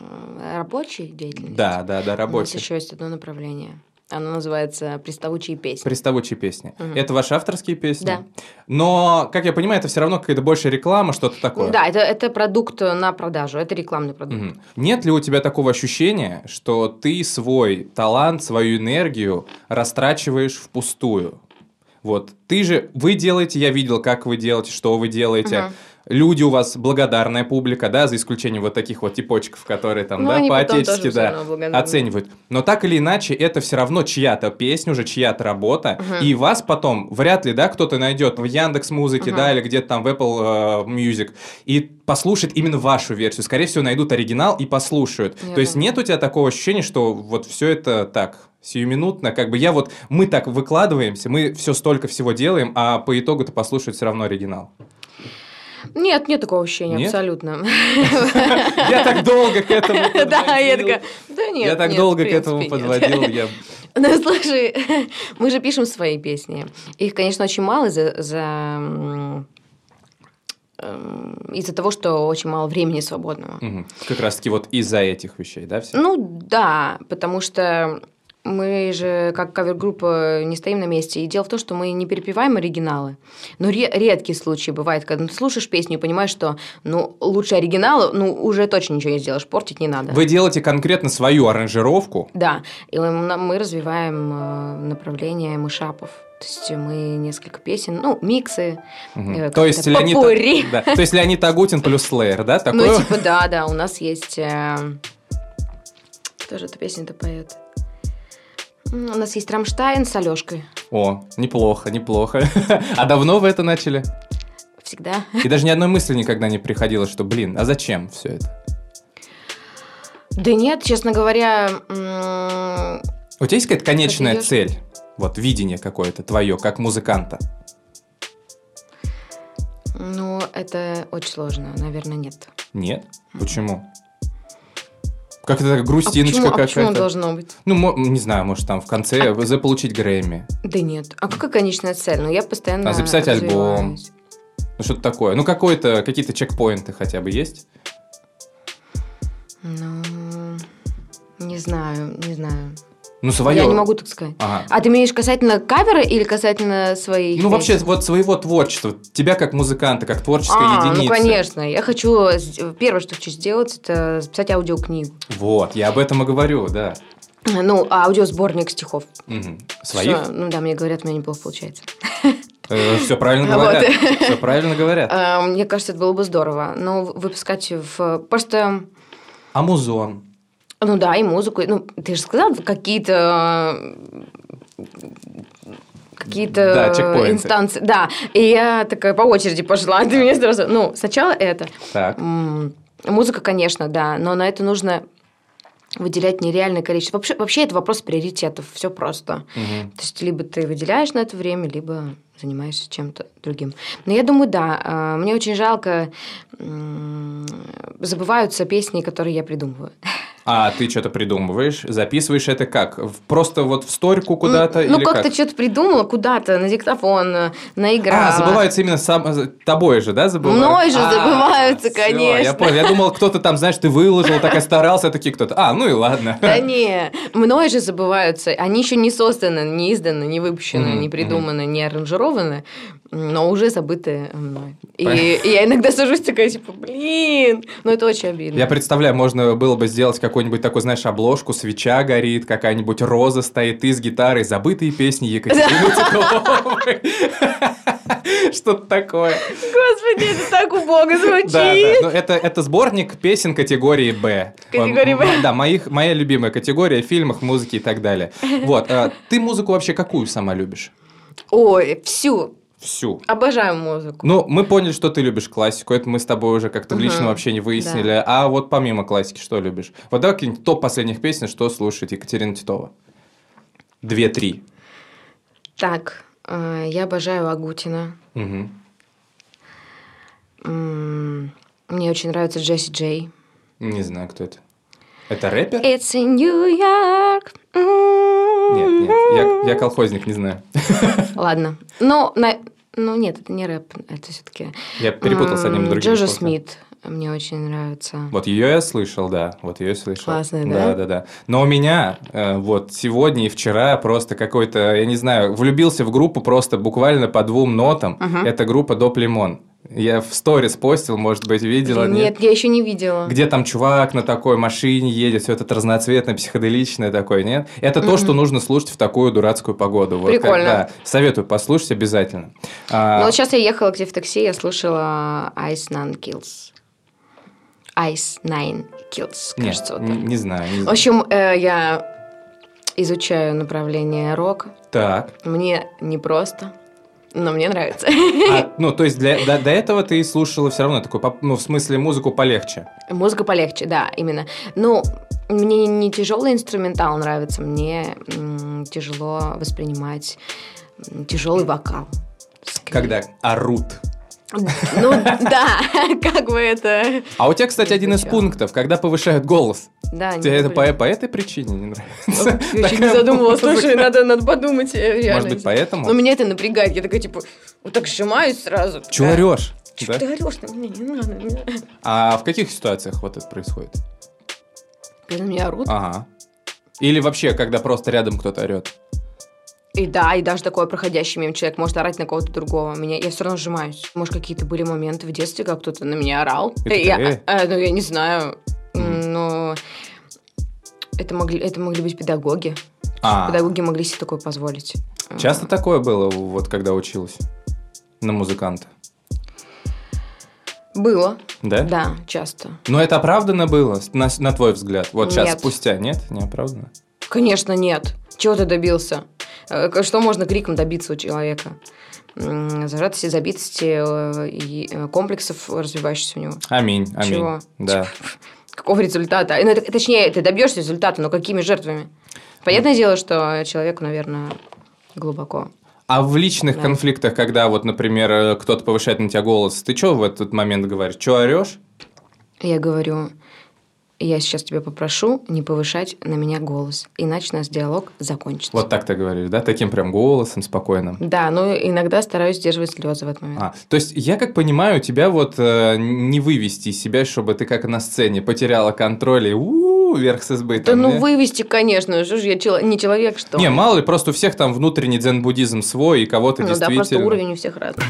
S2: Э, Рабочей деятельности?
S1: Да, да, да,
S2: У
S1: рабочие.
S2: нас еще есть одно направление. Оно называется «Приставучие песни». Ну
S1: Приставучие песни.
S2: Мгм.
S1: Это ваши авторские песни?
S2: Да.
S1: Но, как я понимаю, это все равно какая-то больше реклама, что-то такое.
S2: Да, это, это продукт на продажу, это рекламный продукт.
S1: Мгм. Нет ли у тебя такого ощущения, что ты свой талант, свою энергию растрачиваешь впустую? Вот, ты же, вы делаете, я видел, как вы делаете, что вы делаете.
S2: Мгм.
S1: Люди у вас благодарная публика, да, за исключением вот таких вот типочков, которые там,
S2: Ну,
S1: да,
S2: они потом
S1: по-отечески,
S2: тоже ну, всё
S1: да,
S2: равно благодарны.
S1: оценивают. Но так или иначе, это все равно чья-то песня, уже чья-то работа, и вас потом вряд ли, да, кто-то найдет в Яндекс Музыке,
S2: Мгм.
S1: да, или где-то там в Apple э, Music, и послушает именно вашу версию. Скорее всего, найдут оригинал и послушают.
S2: Я
S1: То есть
S2: думаю.
S1: нет у тебя такого ощущения, что вот все это так сиюминутно, как бы я вот, мы так выкладываемся, мы все столько всего делаем, а по итогу-то послушают все равно оригинал.
S2: Нет, нет такого ощущения,
S1: Нет?
S2: абсолютно.
S1: Я так долго к этому
S2: Да, я
S1: подводил.
S2: такая, да нет,
S1: Я так
S2: нет,
S1: долго к
S2: в
S1: этому
S2: принципе, нет».
S1: подводил. я-
S2: Ну, слушай, мы же пишем свои песни. Их, конечно, очень мало за... за, м, эм, из-за того, что очень мало времени свободного.
S1: Мгм. Как раз-таки вот из-за этих вещей, да, все?
S2: Ну да, потому что мы же как кавер-группа не стоим на месте. И дело в том, что мы не перепеваем оригиналы. Но ре- редкий случай бывает, когда ты слушаешь песню и понимаешь, что ну, лучше оригинала, ну уже точно ничего не сделаешь, портить не надо.
S1: Вы делаете конкретно свою аранжировку.
S2: Да, и м- на- мы развиваем э, направление мышапов. То есть мы несколько песен, ну, миксы.
S1: Мгм.
S2: Э,
S1: То
S2: как
S1: есть
S2: это,
S1: Леонид... А-
S2: попурри.
S1: Да, То есть Леонид Агутин плюс Слеер, да?
S2: Ну,
S1: Такое?
S2: типа, да, да, у нас есть... э, Кто же эту песню-то поет? М, У нас есть Рамштайн с Алешкой.
S1: О, неплохо, неплохо. А давно вы это начали?
S2: Всегда.
S1: И даже ни одной мысли никогда не приходило, что, блин, а зачем все это?
S2: Да нет, честно говоря, м,
S1: У тебя есть какая-то конечная
S2: идёшь?
S1: цель? Вот видение какое-то твое, как музыканта.
S2: ну, это очень сложно, наверное, нет.
S1: Нет?
S2: Хм.
S1: Почему? Как-то так грустиночка
S2: а почему, а почему А
S1: какая-то.
S2: должно быть?
S1: Ну, мо- не знаю, может, там в конце заполучить Грэмми.
S2: Да нет. А какая конечная цель? Ну, я постоянно
S1: А записать альбом?
S2: развиваюсь.
S1: Ну, что-то такое. Ну, какой-то, какие-то чекпоинты хотя бы есть?
S2: Ну, не знаю, не знаю.
S1: Ну, свое.
S2: Я не могу так сказать.
S1: Ага.
S2: А ты имеешь касательно кавера или касательно своих?
S1: Ну, вообще,
S2: песен?
S1: вот своего творчества, тебя как музыканта, как творческой
S2: а,
S1: единицы.
S2: ну, конечно. Я хочу... с- Первое, что хочу сделать, это записать аудиокнигу.
S1: Вот, я об этом и говорю, да.
S2: Ну, аудиосборник стихов.
S1: Мгм. Своих?
S2: Что, Ну да, мне говорят, у меня неплохо получается.
S1: Все правильно
S2: Вот.
S1: говорят. Все правильно говорят.
S2: А, Мне кажется, это было бы здорово. Но выпускать в... Просто...
S1: Амузон.
S2: Ну да, и музыку. Ну, ты же сказал, какие-то э, какие-то
S1: Да, чекпоинты.
S2: инстанции. Да, и я такая по очереди пошла. Ты меня сразу... Ну, сначала это.
S1: Так.
S2: М, Музыка, конечно, да, но на это нужно выделять нереальное количество. Вообще, вообще это вопрос приоритетов, все просто.
S1: Мгм.
S2: То есть, либо ты выделяешь на это время, либо занимаешься чем-то другим. Но я думаю, да, а, мне очень жалко, м, забываются песни, которые я придумываю.
S1: А ты что-то придумываешь, записываешь это как? В- Просто вот в сторьку куда-то?
S2: Ну,
S1: или
S2: как ты что-то придумала куда-то, на диктофон, э, наиграла.
S1: А, забываются именно сам, э, тобой же, да, забывают?
S2: Мной же
S1: А,
S2: забываются,
S1: всё, Я
S2: конечно.
S1: понял, я думал, кто-то там, знаешь, ты выложил, так и старался, а такие кто-то, а, ну и ладно.
S2: Да не, мной же забываются. Они еще не созданы, не изданы, не выпущены,
S1: Мгм,
S2: не придуманы, не аранжированы, но уже забыты мной. И,
S1: Понятно.
S2: и я иногда сажусь такая, типа, блин, ну это очень обидно.
S1: Я представляю, можно было бы сделать какую-нибудь такую, знаешь, обложку, свеча горит, какая-нибудь роза стоит, ты с гитарой, забытые песни Екатерины Титовой. Что-то такое.
S2: Господи, это так убого звучит.
S1: Да, да. Ну, это, это сборник песен категории Б.
S2: Категории «Б».
S1: М, Да, моих, моя любимая категория в фильмах, музыке и так далее. Вот. а, Ты музыку вообще какую сама любишь?
S2: Ой, всю,
S1: Всю.
S2: обожаю музыку.
S1: Ну, мы поняли, что ты любишь классику, это мы с тобой уже как-то в
S2: Мгм.
S1: личном общении выяснили. А вот помимо классики, что любишь? Вот давай какие-нибудь топ последних песен, что слушает Екатерина Титова. Две-три.
S2: Так, э, я обожаю Агутина.
S1: Мгм.
S2: М, Мне очень нравится Джесси Джей.
S1: Не знаю, кто это. Это рэпер?
S2: It's in New York.
S1: Нет,
S2: Нет,
S1: нет, я, я колхозник, не знаю.
S2: Ладно. Ну, на... ну, нет, это не рэп, это все-таки...
S1: Я перепутал с одним другим.
S2: Джоджо
S1: просто.
S2: Смит. Мне очень нравится.
S1: Вот ее я слышал, да, вот ее я слышал.
S2: Классная,
S1: Да,
S2: да?
S1: да, да. Но у меня э, вот сегодня и вчера просто какой-то, я не знаю, влюбился в группу просто буквально по двум нотам.
S2: Мгм.
S1: Это группа Доп Лимон. Я в сторис постил, может быть, видела.
S2: Нет, я еще не видела.
S1: Где там чувак на такой машине едет, все это разноцветное, психоделичное такое, нет? Это то, что нужно слушать в такую дурацкую погоду. Вот как-
S2: Прикольно.
S1: да. советую послушать обязательно. А,
S2: Ну, вот сейчас я ехала к тебе в такси, я слушала Ice Nine Kills. Ice Nine Kills,
S1: нет,
S2: кажется, вот
S1: н-
S2: так.
S1: не, знаю. не
S2: В общем, э, я изучаю направление рока.
S1: знаю. Так.
S2: Мне непросто, но мне нравится.
S1: А, ну, то есть для, до, до этого ты слушала все равно такую, поп- ну, в смысле, музыку полегче.
S2: Музыка полегче, да, именно. Ну, мне не тяжелый инструментал нравится, мне м, тяжело воспринимать м, тяжелый вокал.
S1: Когда орут.
S2: Ну да, как бы это...
S1: А у тебя, кстати, один из
S2: Звучало.
S1: пунктов, когда повышают голос.
S2: Да, не
S1: Тебе это по,
S2: люблю.
S1: по этой причине не нравится?
S2: Я вообще не
S1: Такая
S2: задумывалась,
S1: музыка.
S2: слушай, надо, надо подумать, э, реально.
S1: Может быть,
S2: Но
S1: поэтому?
S2: меня это напрягает, я такая, типа, вот так сжимаюсь сразу.
S1: Чего
S2: Ну, Да.
S1: орешь?
S2: Чё
S1: Да?
S2: Типа ты орешь на меня? Не надо.
S1: А в каких ситуациях вот это происходит?
S2: Когда меня орут.
S1: Ага. Или вообще, когда просто рядом кто-то орет.
S2: И да, и даже такой проходящий мимо человек может орать на кого-то другого. Меня, я все равно сжимаюсь. Может, какие-то были моменты в детстве, как кто-то на меня орал.
S1: И ты
S2: Я-
S1: такая,
S2: э, ну, я не знаю,
S1: Мгм.
S2: М, но это могли, это могли быть педагоги.
S1: А,
S2: Педагоги могли себе такое позволить.
S1: часто такое было, вот когда училась на музыканта?
S2: Было,
S1: Да?
S2: да, часто.
S1: Но это оправдано было, с- на, с- на твой взгляд? Вот сейчас,
S2: Нет.
S1: спустя, нет? Не оправдано?
S2: Конечно, нет. Чего ты добился? Э, к- Что можно криком добиться у человека? М, Зажатости, забитости э, и э, комплексов, развивающихся у него.
S1: Аминь, аминь.
S2: Чего?
S1: Да.
S2: Какого результата? Ну, это- точнее, ты добьешься результата, но какими жертвами? Понятное дело, что человеку, наверное, глубоко.
S1: А в личных
S2: Да.
S1: конфликтах, когда вот, например, э, кто-то повышает на тебя голос, ты что в этот момент говоришь? Че орешь?
S2: Я говорю, я сейчас тебя попрошу не повышать на меня голос, иначе наш диалог закончится.
S1: Вот так ты говоришь, да? Таким прям голосом спокойным.
S2: Да, но иногда стараюсь сдерживать слезы в этот момент.
S1: А, то есть, я как понимаю, тебя вот э, не вывести из себя, чтобы ты как на сцене потеряла контроль и у вверх с избы.
S2: да
S1: там,
S2: ну
S1: не?
S2: вывести, конечно, что ж я чело- не человек, что
S1: Не,
S2: ли?
S1: мало ли, просто у всех там внутренний дзен-буддизм свой, и кого-то
S2: Ну да,
S1: действительно...
S2: просто уровень у всех разный.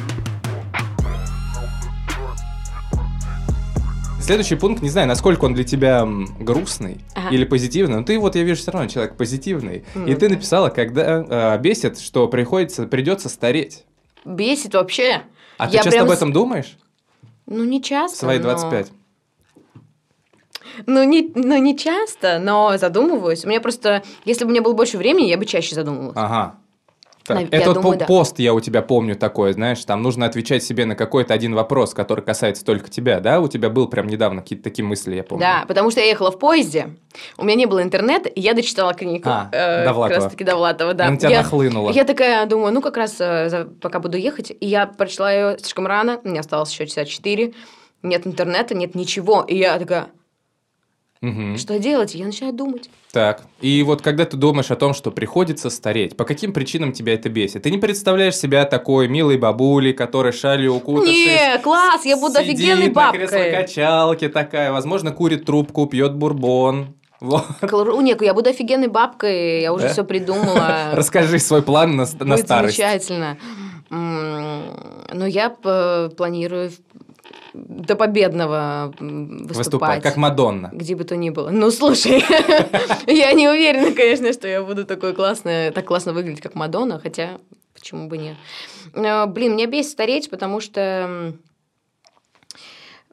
S1: Следующий пункт, не знаю, насколько он для тебя м, грустный
S2: Ага.
S1: или позитивный, но ты вот, я вижу, все равно человек позитивный.
S2: Ну
S1: и ты
S2: да.
S1: написала, когда э, бесит, что приходится, придется стареть.
S2: Бесит вообще.
S1: А
S2: Я
S1: ты часто
S2: прям
S1: об
S2: с-
S1: этом думаешь?
S2: Ну, не
S1: В
S2: часто.
S1: свои
S2: но-
S1: 25.
S2: Ну не, ну, не часто, но задумываюсь. У меня просто, если бы у меня было больше времени, я бы чаще задумывалась.
S1: Ага. Так,
S2: Нав- я
S1: это вот по-
S2: думаю, да.
S1: пост я у тебя помню такое, знаешь, там нужно отвечать себе на какой-то один вопрос, который касается только тебя, да? У тебя был прям недавно какие-то такие мысли, я помню.
S2: Да, потому что я ехала в поезде, у меня не было интернета, и я дочитала книгу. э,
S1: А,
S2: как
S1: Довлатова.
S2: раз таки Довлатова, да.
S1: Она на тебя
S2: я,
S1: нахлынула.
S2: я такая думаю, ну как раз э, за- пока буду ехать, и я прочла ее слишком рано, мне осталось еще часа четыре, нет интернета, нет ничего, и я такая,
S1: Мгм.
S2: что делать? И я начинаю думать.
S1: Так, и вот когда ты думаешь о том, что приходится стареть, по каким причинам тебя это бесит? Ты не представляешь себя такой милой бабулей, которая шалью укутавшись...
S2: не, класс, я буду
S1: сидит
S2: офигенной
S1: на кресло
S2: бабкой.
S1: качалке такая, возможно, курит трубку, пьет бурбон. Вот.
S2: Клару- Не, я буду офигенной бабкой, я уже
S1: Да?
S2: все придумала.
S1: Расскажи свой план на, на
S2: Будет
S1: старость.
S2: замечательно. М, Но я п- планирую в- до победного м,
S1: Выступай,
S2: выступать.
S1: как Мадонна.
S2: где бы то ни было. Ну, слушай, я не уверена, конечно, что я буду такой классная, так классно выглядеть, как Мадонна, хотя почему бы нет. Но, блин, меня бесит стареть, потому что м,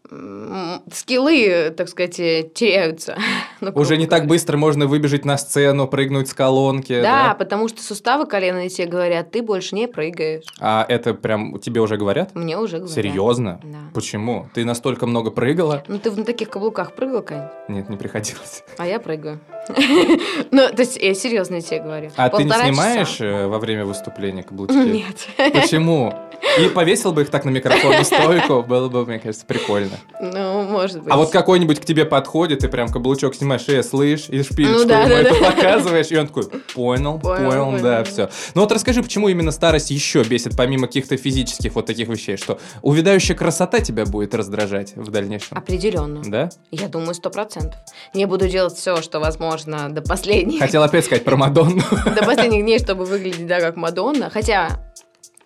S2: м, скиллы, так сказать, э, теряются. Ну, грубо
S1: Уже не так быстро можно выбежать на сцену, прыгнуть с колонки.
S2: Да,
S1: Да.
S2: потому что суставы коленные тебе говорят, ты больше не прыгаешь.
S1: А это прям тебе уже говорят?
S2: Мне уже говорят.
S1: Серьезно?
S2: Да.
S1: Почему? Ты настолько много прыгала?
S2: Ну, ты в- на таких каблуках прыгала, Кань?
S1: Нет, не приходилось.
S2: А я прыгаю. Ну, то есть, я серьезно тебе говорю.
S1: А ты не
S2: Полтора
S1: снимаешь
S2: часа.
S1: э, во время выступления каблучки?
S2: Нет.
S1: Почему? И повесил бы их так на микрофонную стойку, было бы, мне кажется, прикольно.
S2: Ну, может быть.
S1: А вот какой-нибудь к тебе подходит, ты прям каблучок снимаешь, э, слышь, и шпилечку
S2: Ну да,
S1: ему
S2: да,
S1: это
S2: да.
S1: показываешь, и он такой, понял, понял,
S2: Понял,
S1: да,
S2: понял.
S1: все. Ну вот расскажи, почему именно старость еще бесит, помимо каких-то физических вот таких вещей, что увядающая красота тебя будет раздражать в
S2: А
S1: дальнейшем,
S2: Определенно.
S1: да?
S2: Я думаю, сто процентов. Не буду делать все, что возможно, до последних,
S1: Хотел опять сказать про Мадонну.
S2: до последних дней, чтобы выглядеть, да, как Мадонна. Хотя,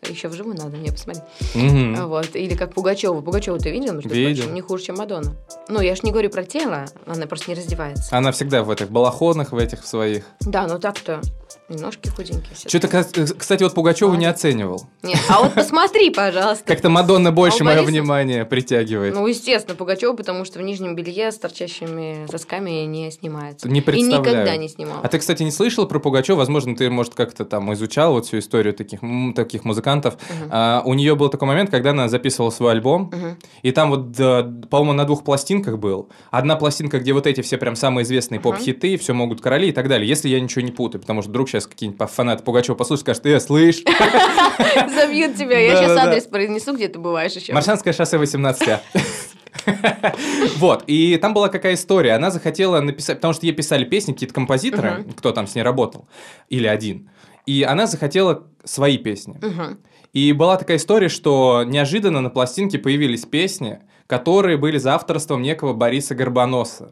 S2: еще вживую надо мне посмотреть.
S1: Мгм.
S2: Вот. Или как Пугачева. Пугачева ты видел? между
S1: Видел.
S2: прочим? Не хуже, чем Мадонна. Ну, я ж не говорю про тело, она просто не раздевается.
S1: Она всегда в этих балахонах, в этих своих.
S2: Да, но так-то ножки худенькие. всё-таки.
S1: Что-то, э, кстати, вот Пугачеву не оценивал.
S2: Нет, а вот посмотри, пожалуйста.
S1: Как-то Мадонна больше
S2: А у
S1: мое
S2: Бориса-
S1: внимание притягивает.
S2: Ну, естественно, Пугачева, потому что в нижнем белье с торчащими сосками не снимается.
S1: Не
S2: И
S1: представляю.
S2: никогда не снимала.
S1: А ты, кстати, не слышал про Пугачева? Возможно, ты, может, как-то там изучал вот всю историю таких, м, таких музыкантов.
S2: Мгм.
S1: А, у нее был такой момент, когда она записывала свой альбом,
S2: Мгм.
S1: и там вот, да, по-моему, на двух пластинках был. Одна пластинка, где вот эти все прям самые известные
S2: Ага.
S1: поп-хиты, все могут короли и так далее, если я ничего не путаю, потому что вдруг сейчас какие-нибудь фанаты Пугачева послушают, скажут, э, слышь,
S2: разобьют тебя. Я
S1: Да,
S2: сейчас
S1: да, да.
S2: адрес произнесу, где ты бываешь еще.
S1: Маршанское шоссе 18 Вот, и там была какая история. Она захотела написать, потому что ей писали песни какие-то композиторы,
S2: Мгм.
S1: кто там с ней работал, или один. И она захотела свои песни.
S2: Мгм.
S1: И была такая история, что неожиданно на пластинке появились песни, которые были за авторством некого Бориса Горбоноса.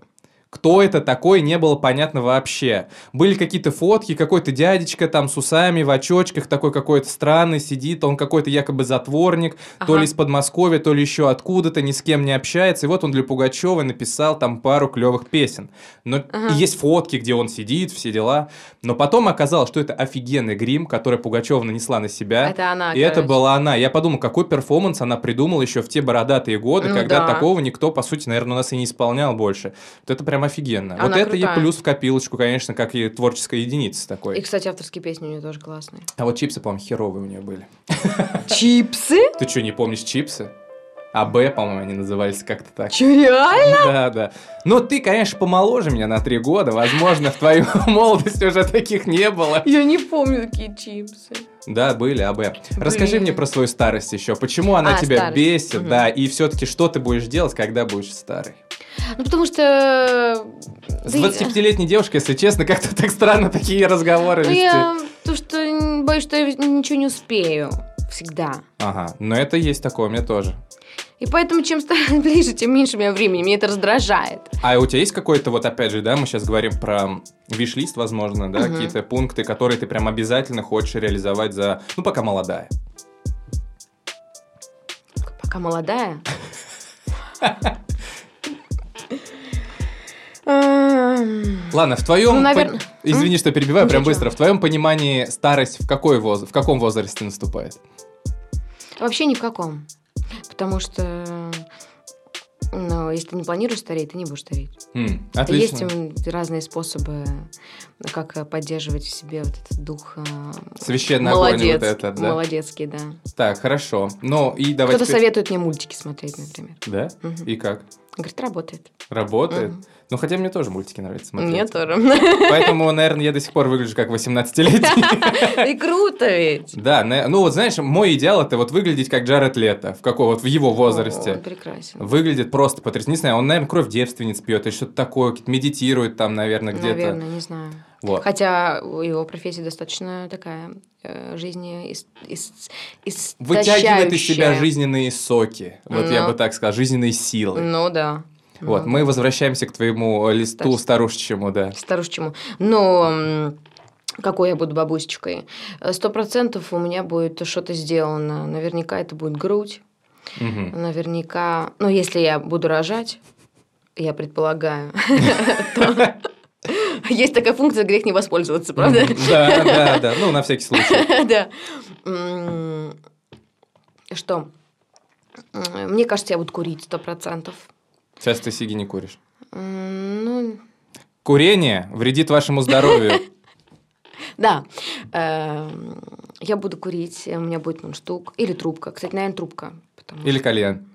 S1: Кто это такой, не было понятно вообще. Были какие-то фотки, какой-то дядечка там с усами, в очочках, такой какой-то странный сидит, он какой-то якобы затворник, то
S2: Ага.
S1: ли из Подмосковья, то ли еще откуда-то, ни с кем не общается. И вот он для Пугачева написал там пару клевых песен. Но и
S2: Ага.
S1: есть фотки, где он сидит, все дела. Но потом оказалось, что это офигенный грим, который Пугачева нанесла на себя.
S2: Это она,
S1: И это
S2: короче.
S1: была она. Я подумал, какой перформанс она придумала еще в те бородатые годы,
S2: Ну
S1: когда
S2: да.
S1: такого никто, по сути, наверное, у нас и не исполнял больше. Вот это прям офигенно. вот
S2: Она
S1: это ей
S2: крутая.
S1: плюс в копилочку, конечно, как и творческая единица такой.
S2: И, кстати, авторские песни у нее тоже классные.
S1: А вот чипсы, по-моему, херовые у нее были.
S2: Чипсы?
S1: Ты что, не помнишь чипсы? АБ, по-моему, они назывались как-то так.
S2: Че, реально?
S1: Да, да. Но ты, конечно, помоложе меня на три года. Возможно, в твою молодость уже таких не было.
S2: Я не помню такие чипсы.
S1: Да, были АБ. Расскажи
S2: Блин.
S1: мне про свою старость еще. Почему она
S2: А,
S1: тебя
S2: старость.
S1: бесит,
S2: Мгм.
S1: да, и все-таки что ты будешь делать, когда будешь старый?
S2: Ну, потому что...
S1: С
S2: да я-
S1: 25-летней девушкой, если честно, как-то так странно такие разговоры
S2: Ну,
S1: вести.
S2: я... То, что м, боюсь, что я ничего не успею. Всегда.
S1: Ага, но это есть такое у меня тоже.
S2: И поэтому, чем старше, ближе, тем меньше у меня времени. Меня это раздражает.
S1: А у тебя есть какой-то, вот опять же, да, мы сейчас говорим про виш-лист, возможно, да,
S2: Мгм.
S1: какие-то пункты, которые ты прям обязательно хочешь реализовать за, ну, пока молодая.
S2: Пока молодая. Эм,
S1: Ладно, в твоем...
S2: Ну, наверно. Ну,
S1: Извини, что перебиваю, прям
S2: Ничего.
S1: быстро. В твоем понимании старость в, какой воз... в каком возрасте наступает?
S2: Вообще ни в каком. Потому что ну, если ты не планируешь стареть, ты не будешь стареть.
S1: М, Хм, отлично.
S2: Есть м, разные способы, как э, поддерживать в себе вот этот дух э,
S1: Священный огонь вот
S2: молодец,
S1: этот, да?
S2: молодецкий, да.
S1: Так, хорошо. Ну, и давайте...
S2: Кто-то советует мне мультики смотреть, например.
S1: Да?
S2: Мгм.
S1: И как?
S2: Говорит, работает.
S1: Работает?
S2: Мгм.
S1: Ну, хотя мне тоже мультики нравятся смотреть.
S2: Мне тоже.
S1: Поэтому, наверное, я до сих пор выгляжу как 18-летний.
S2: И круто ведь.
S1: Да, на- ну вот знаешь, мой идеал это вот выглядеть как Джаред Лето, в какого вот в его
S2: О,
S1: возрасте.
S2: Прекрасен.
S1: Выглядит просто потрясающе. Не знаю, он, наверное, кровь девственниц пьет или что-то такое, какие-то медитирует там, наверное, где-то.
S2: Наверное, не знаю.
S1: Вот.
S2: Хотя у его профессия достаточно такая э, жизни ис- ис-
S1: Вытягивает из себя
S2: истощающая.
S1: жизненные соки. Вот я
S2: Ну.
S1: бы так сказал, жизненные силы.
S2: Ну да.
S1: Вот,
S2: Ну,
S1: мы возвращаемся к твоему э, листу
S2: Старость.
S1: старушечьему, да.
S2: Старушечему. Но м, какой я буду бабусечкой? Э, Сто процентов у меня будет что-то сделано. Наверняка это будет грудь.
S1: Мгм.
S2: Наверняка... Ну, если я буду рожать, я предполагаю, то есть такая функция, грех не воспользоваться, правда?
S1: Мгм. Да, да, да. Ну, на всякий случай.
S2: Да. М, Что? М, Мне кажется, я буду курить сто процентов.
S1: Сейчас ты сиги не куришь.
S2: М, Ну,
S1: Курение вредит вашему здоровью.
S2: да. Эм, Я буду курить, у меня будет мундштук. Или трубка. Кстати, наверное, трубка. потому
S1: Или кальян.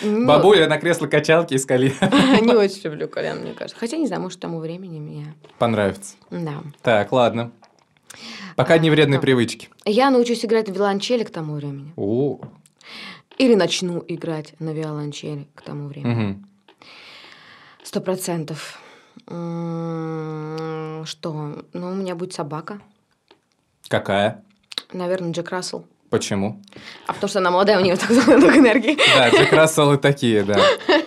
S2: что- Ну,
S1: Бабуля на кресло качалки из кальян.
S2: Не очень люблю кальян, мне кажется. Хотя, не знаю, может, к тому времени меня...
S1: Понравится.
S2: Да.
S1: Так, ладно. Пока не вредные
S2: да.
S1: привычки.
S2: Я научусь играть на виолончели к тому времени.
S1: О,
S2: Или начну играть на виолончели к тому времени.
S1: мгм.
S2: Сто процентов. М, Что? Ну, у меня будет собака.
S1: Какая?
S2: Наверное, Джек Рассел.
S1: Почему?
S2: А потому что она молодая, у нее так много энергии.
S1: Да, Джек Расселы такие, да.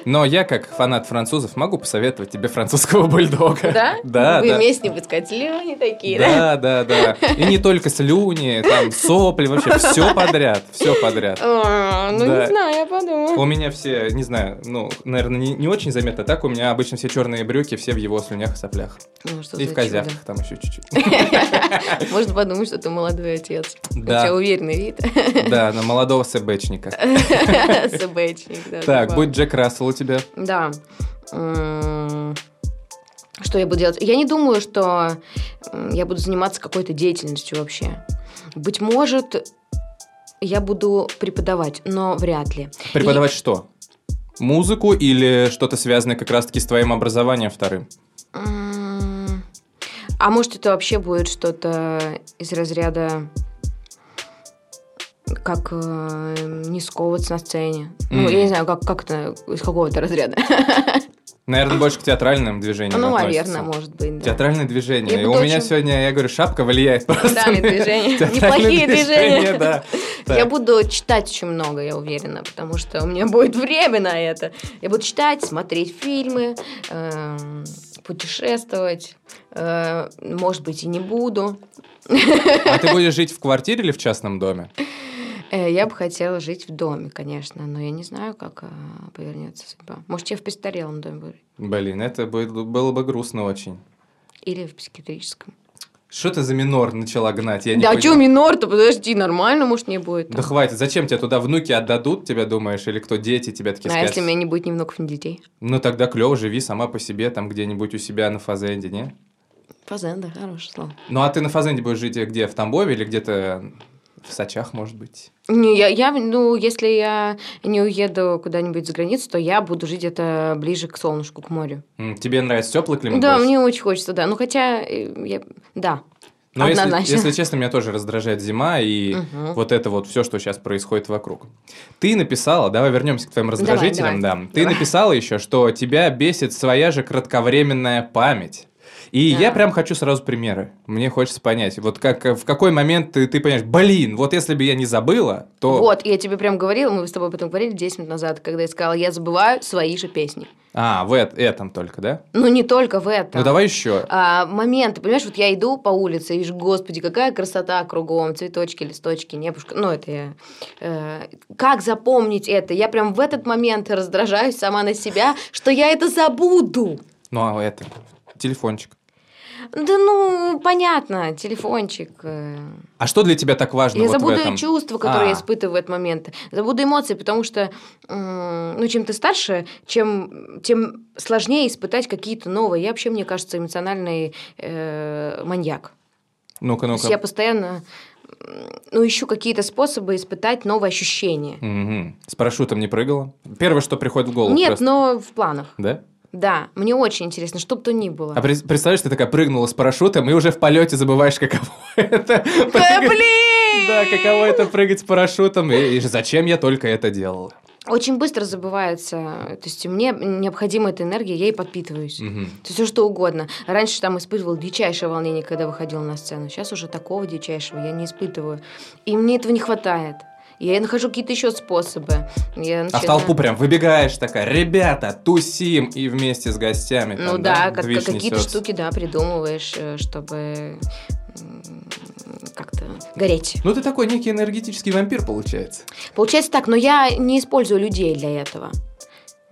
S1: Но я, как фанат французов, могу посоветовать тебе французского бульдога.
S2: Да? Ну,
S1: Да,
S2: Вы
S1: да.
S2: вместе подскочили, они такие, да?
S1: Да, да, да. И не только слюни, там сопли, вообще все подряд, все подряд.
S2: А, Ну,
S1: Да.
S2: не знаю, я
S1: У
S2: подумаю.
S1: меня все, не знаю, ну, наверное, не, не очень заметно так. У меня обычно все черные брюки, все в его слюнях и соплях.
S2: Ну, что
S1: и
S2: за
S1: в козявках
S2: чудо.
S1: там еще чуть-чуть.
S2: Можно подумать, что ты молодой отец.
S1: Да.
S2: У тебя уверенный вид.
S1: Да, на молодого сэбэчника.
S2: Собачник, да.
S1: Так,
S2: забавно.
S1: будет Джек Рассел у тебя.
S2: Да. М, Что я буду делать? Я не думаю, что м, я буду заниматься какой-то деятельностью вообще. Быть может, я буду преподавать, но вряд ли.
S1: Преподавать что? Музыку или что-то связанное как раз-таки с твоим образованием вторым?
S2: М, А может, это вообще будет что-то из разряда как э, не сковываться на сцене. Ну, я не знаю, как, как это, из какого-то разряда.
S1: Наверное, больше к театральным движениям
S2: Ну,
S1: относится.
S2: наверное, может быть, да.
S1: Театральные движения.
S2: И
S1: И у
S2: будет
S1: меня
S2: очень-
S1: сегодня, я говорю, шапка влияет просто.
S2: Да, и движения.
S1: Театральные
S2: Неплохие движения.
S1: да. Так.
S2: Я буду читать очень много, я уверена, потому что у меня будет время на это. Я буду читать, смотреть фильмы, эм, путешествовать. Э, Может быть, и не буду.
S1: А ты будешь жить в квартире или в частном доме?
S2: Э, Я бы хотела жить в доме, конечно, но я не знаю, как э, повернется судьба. Может, я в престарелом доме буду жить.
S1: Блин, это было, было бы грустно очень.
S2: Или в психиатрическом.
S1: Что ты за минор начала гнать? Я не
S2: да а
S1: понимаю.
S2: что минор-то? Подожди, нормально, может, не будет.
S1: Да
S2: там.
S1: хватит, зачем тебе туда внуки отдадут, тебя думаешь, или кто дети тебя такие
S2: а
S1: скажут?
S2: если у меня не будет ни внуков, ни детей?
S1: Ну тогда клево, живи сама по себе там где-нибудь у себя на Фазенде, не?
S2: Фазенда, хорошее слово.
S1: Ну а ты на Фазенде будешь жить где, в Тамбове или где-то в Сачах, может быть?
S2: Не, я, я, ну, если я не уеду куда-нибудь за границу, то я буду жить где-то ближе к солнышку, к морю.
S1: М, Тебе нравится теплый климат?
S2: да,
S1: больше?
S2: мне очень хочется, да. Ну, хотя, э, я- да.
S1: Но если,
S2: однозначно.
S1: если честно, меня тоже раздражает зима и
S2: Мгм.
S1: вот это вот все, что сейчас происходит вокруг. Ты написала, давай вернемся к твоим
S2: Давай,
S1: раздражителям,
S2: давай.
S1: да. Ты
S2: Давай.
S1: написала еще, что тебя бесит своя же кратковременная память. И я
S2: Да.
S1: прям хочу сразу примеры. Мне хочется понять, вот как в какой момент ты, ты понимаешь, блин, вот если бы я не забыла, то...
S2: Вот, я тебе прям говорила, мы с тобой об этом говорили 10 минут назад, когда я сказала, я забываю свои же песни.
S1: А, в эт- этом только, да?
S2: Ну, не только в этом.
S1: Ну давай еще.
S2: А, момент, понимаешь, вот я иду по улице и вижу, господи, какая красота кругом, цветочки, листочки, небушка, ну это я. э, как запомнить это? Я прям в этот момент раздражаюсь сама на себя, что я это забуду.
S1: Ну а это, телефончик.
S2: Да ну, понятно, телефончик. э.
S1: А что для тебя так важно
S2: я
S1: вот
S2: забуду
S1: в этом?
S2: чувства, которые я
S1: А.
S2: испытываю в этот момент. Забуду эмоции, потому что, м, ну, чем ты старше, чем, тем сложнее испытать какие-то новые. Я вообще, мне кажется, эмоциональный э, маньяк.
S1: Ну-ка,
S2: То есть
S1: ну-ка.
S2: я постоянно м, ну, ищу какие-то способы испытать новые ощущения.
S1: Мгм. С парашютом не прыгала? Первое, что приходит в голову
S2: Нет, ну-
S1: просто.
S2: но в планах.
S1: Да?
S2: Да, мне очень интересно, что бы то ни было.
S1: А пред- представляешь, ты такая прыгнула с парашютом и уже в полете забываешь, каково это.
S2: Да,
S1: прыгать.
S2: блин!
S1: Да, каково это прыгать с парашютом и, и зачем я только это делала.
S2: Очень быстро забывается. То есть мне необходима эта энергия, я ей подпитываюсь.
S1: Мгм.
S2: То есть все что угодно. Раньше там испытывал дичайшее волнение, когда выходила на сцену. Сейчас уже такого дичайшего я не испытываю. И мне этого не хватает. Я нахожу какие-то еще способы. Я
S1: А в
S2: начинаю-
S1: толпу прям выбегаешь такая, ребята, тусим и вместе с гостями.
S2: Ну
S1: там,
S2: да, как-
S1: движ
S2: какие-то
S1: несётся.
S2: штуки, да, придумываешь, э, чтобы м, как-то гореть.
S1: Ну ты такой некий энергетический вампир получается.
S2: Получается так, но я не использую людей для этого.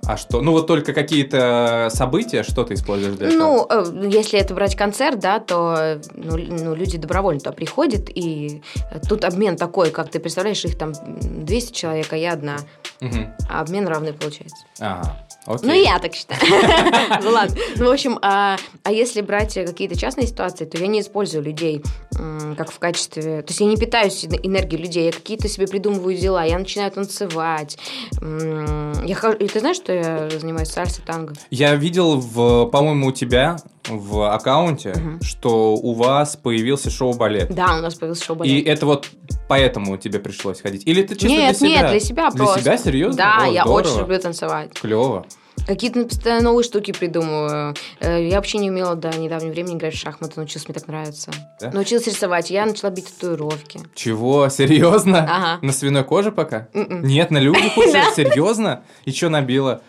S1: А что? Ну вот только какие-то события, что ты используешь для этого?
S2: Ну, э, если это брать концерт, да, то э, ну, л- ну, люди добровольно туда приходят, и э, тут обмен такой, как ты представляешь, их там м, 200 человек, а я одна,
S1: Мгм.
S2: а обмен равный получается.
S1: Ага, окей.
S2: Ну, я так считаю. Ну, ладно. Ну, в общем, а, а если брать э, какие-то частные ситуации, то я не использую людей м, как в качестве... То есть я не питаюсь эн- энергией людей, я какие-то себе придумываю дела, я начинаю танцевать. М, Я хожу- и Ты знаешь, что я занимаюсь сальсо, танго?
S1: Я видел, в, по-моему, у тебя в аккаунте,
S2: Мгм.
S1: что у вас появился шоу-балет.
S2: Да, у нас появился шоу
S1: И это вот поэтому тебе пришлось ходить? Или ты чисто
S2: Нет,
S1: для себя?
S2: нет, для себя
S1: Для
S2: просто.
S1: себя? Серьезно?
S2: Да,
S1: О,
S2: я
S1: здорово.
S2: очень люблю танцевать.
S1: Клево.
S2: Какие-то постоянно новые штуки придумываю. Э, Я вообще не умела до недавнего времени играть в шахматы, научилась, мне так нравится.
S1: Да?
S2: Научилась рисовать, я начала бить татуировки.
S1: Чего? Серьезно?
S2: Ага. М-м.
S1: На свиной коже пока?
S2: Мгм.
S1: Нет, на людях уже? Серьезно? И что набила?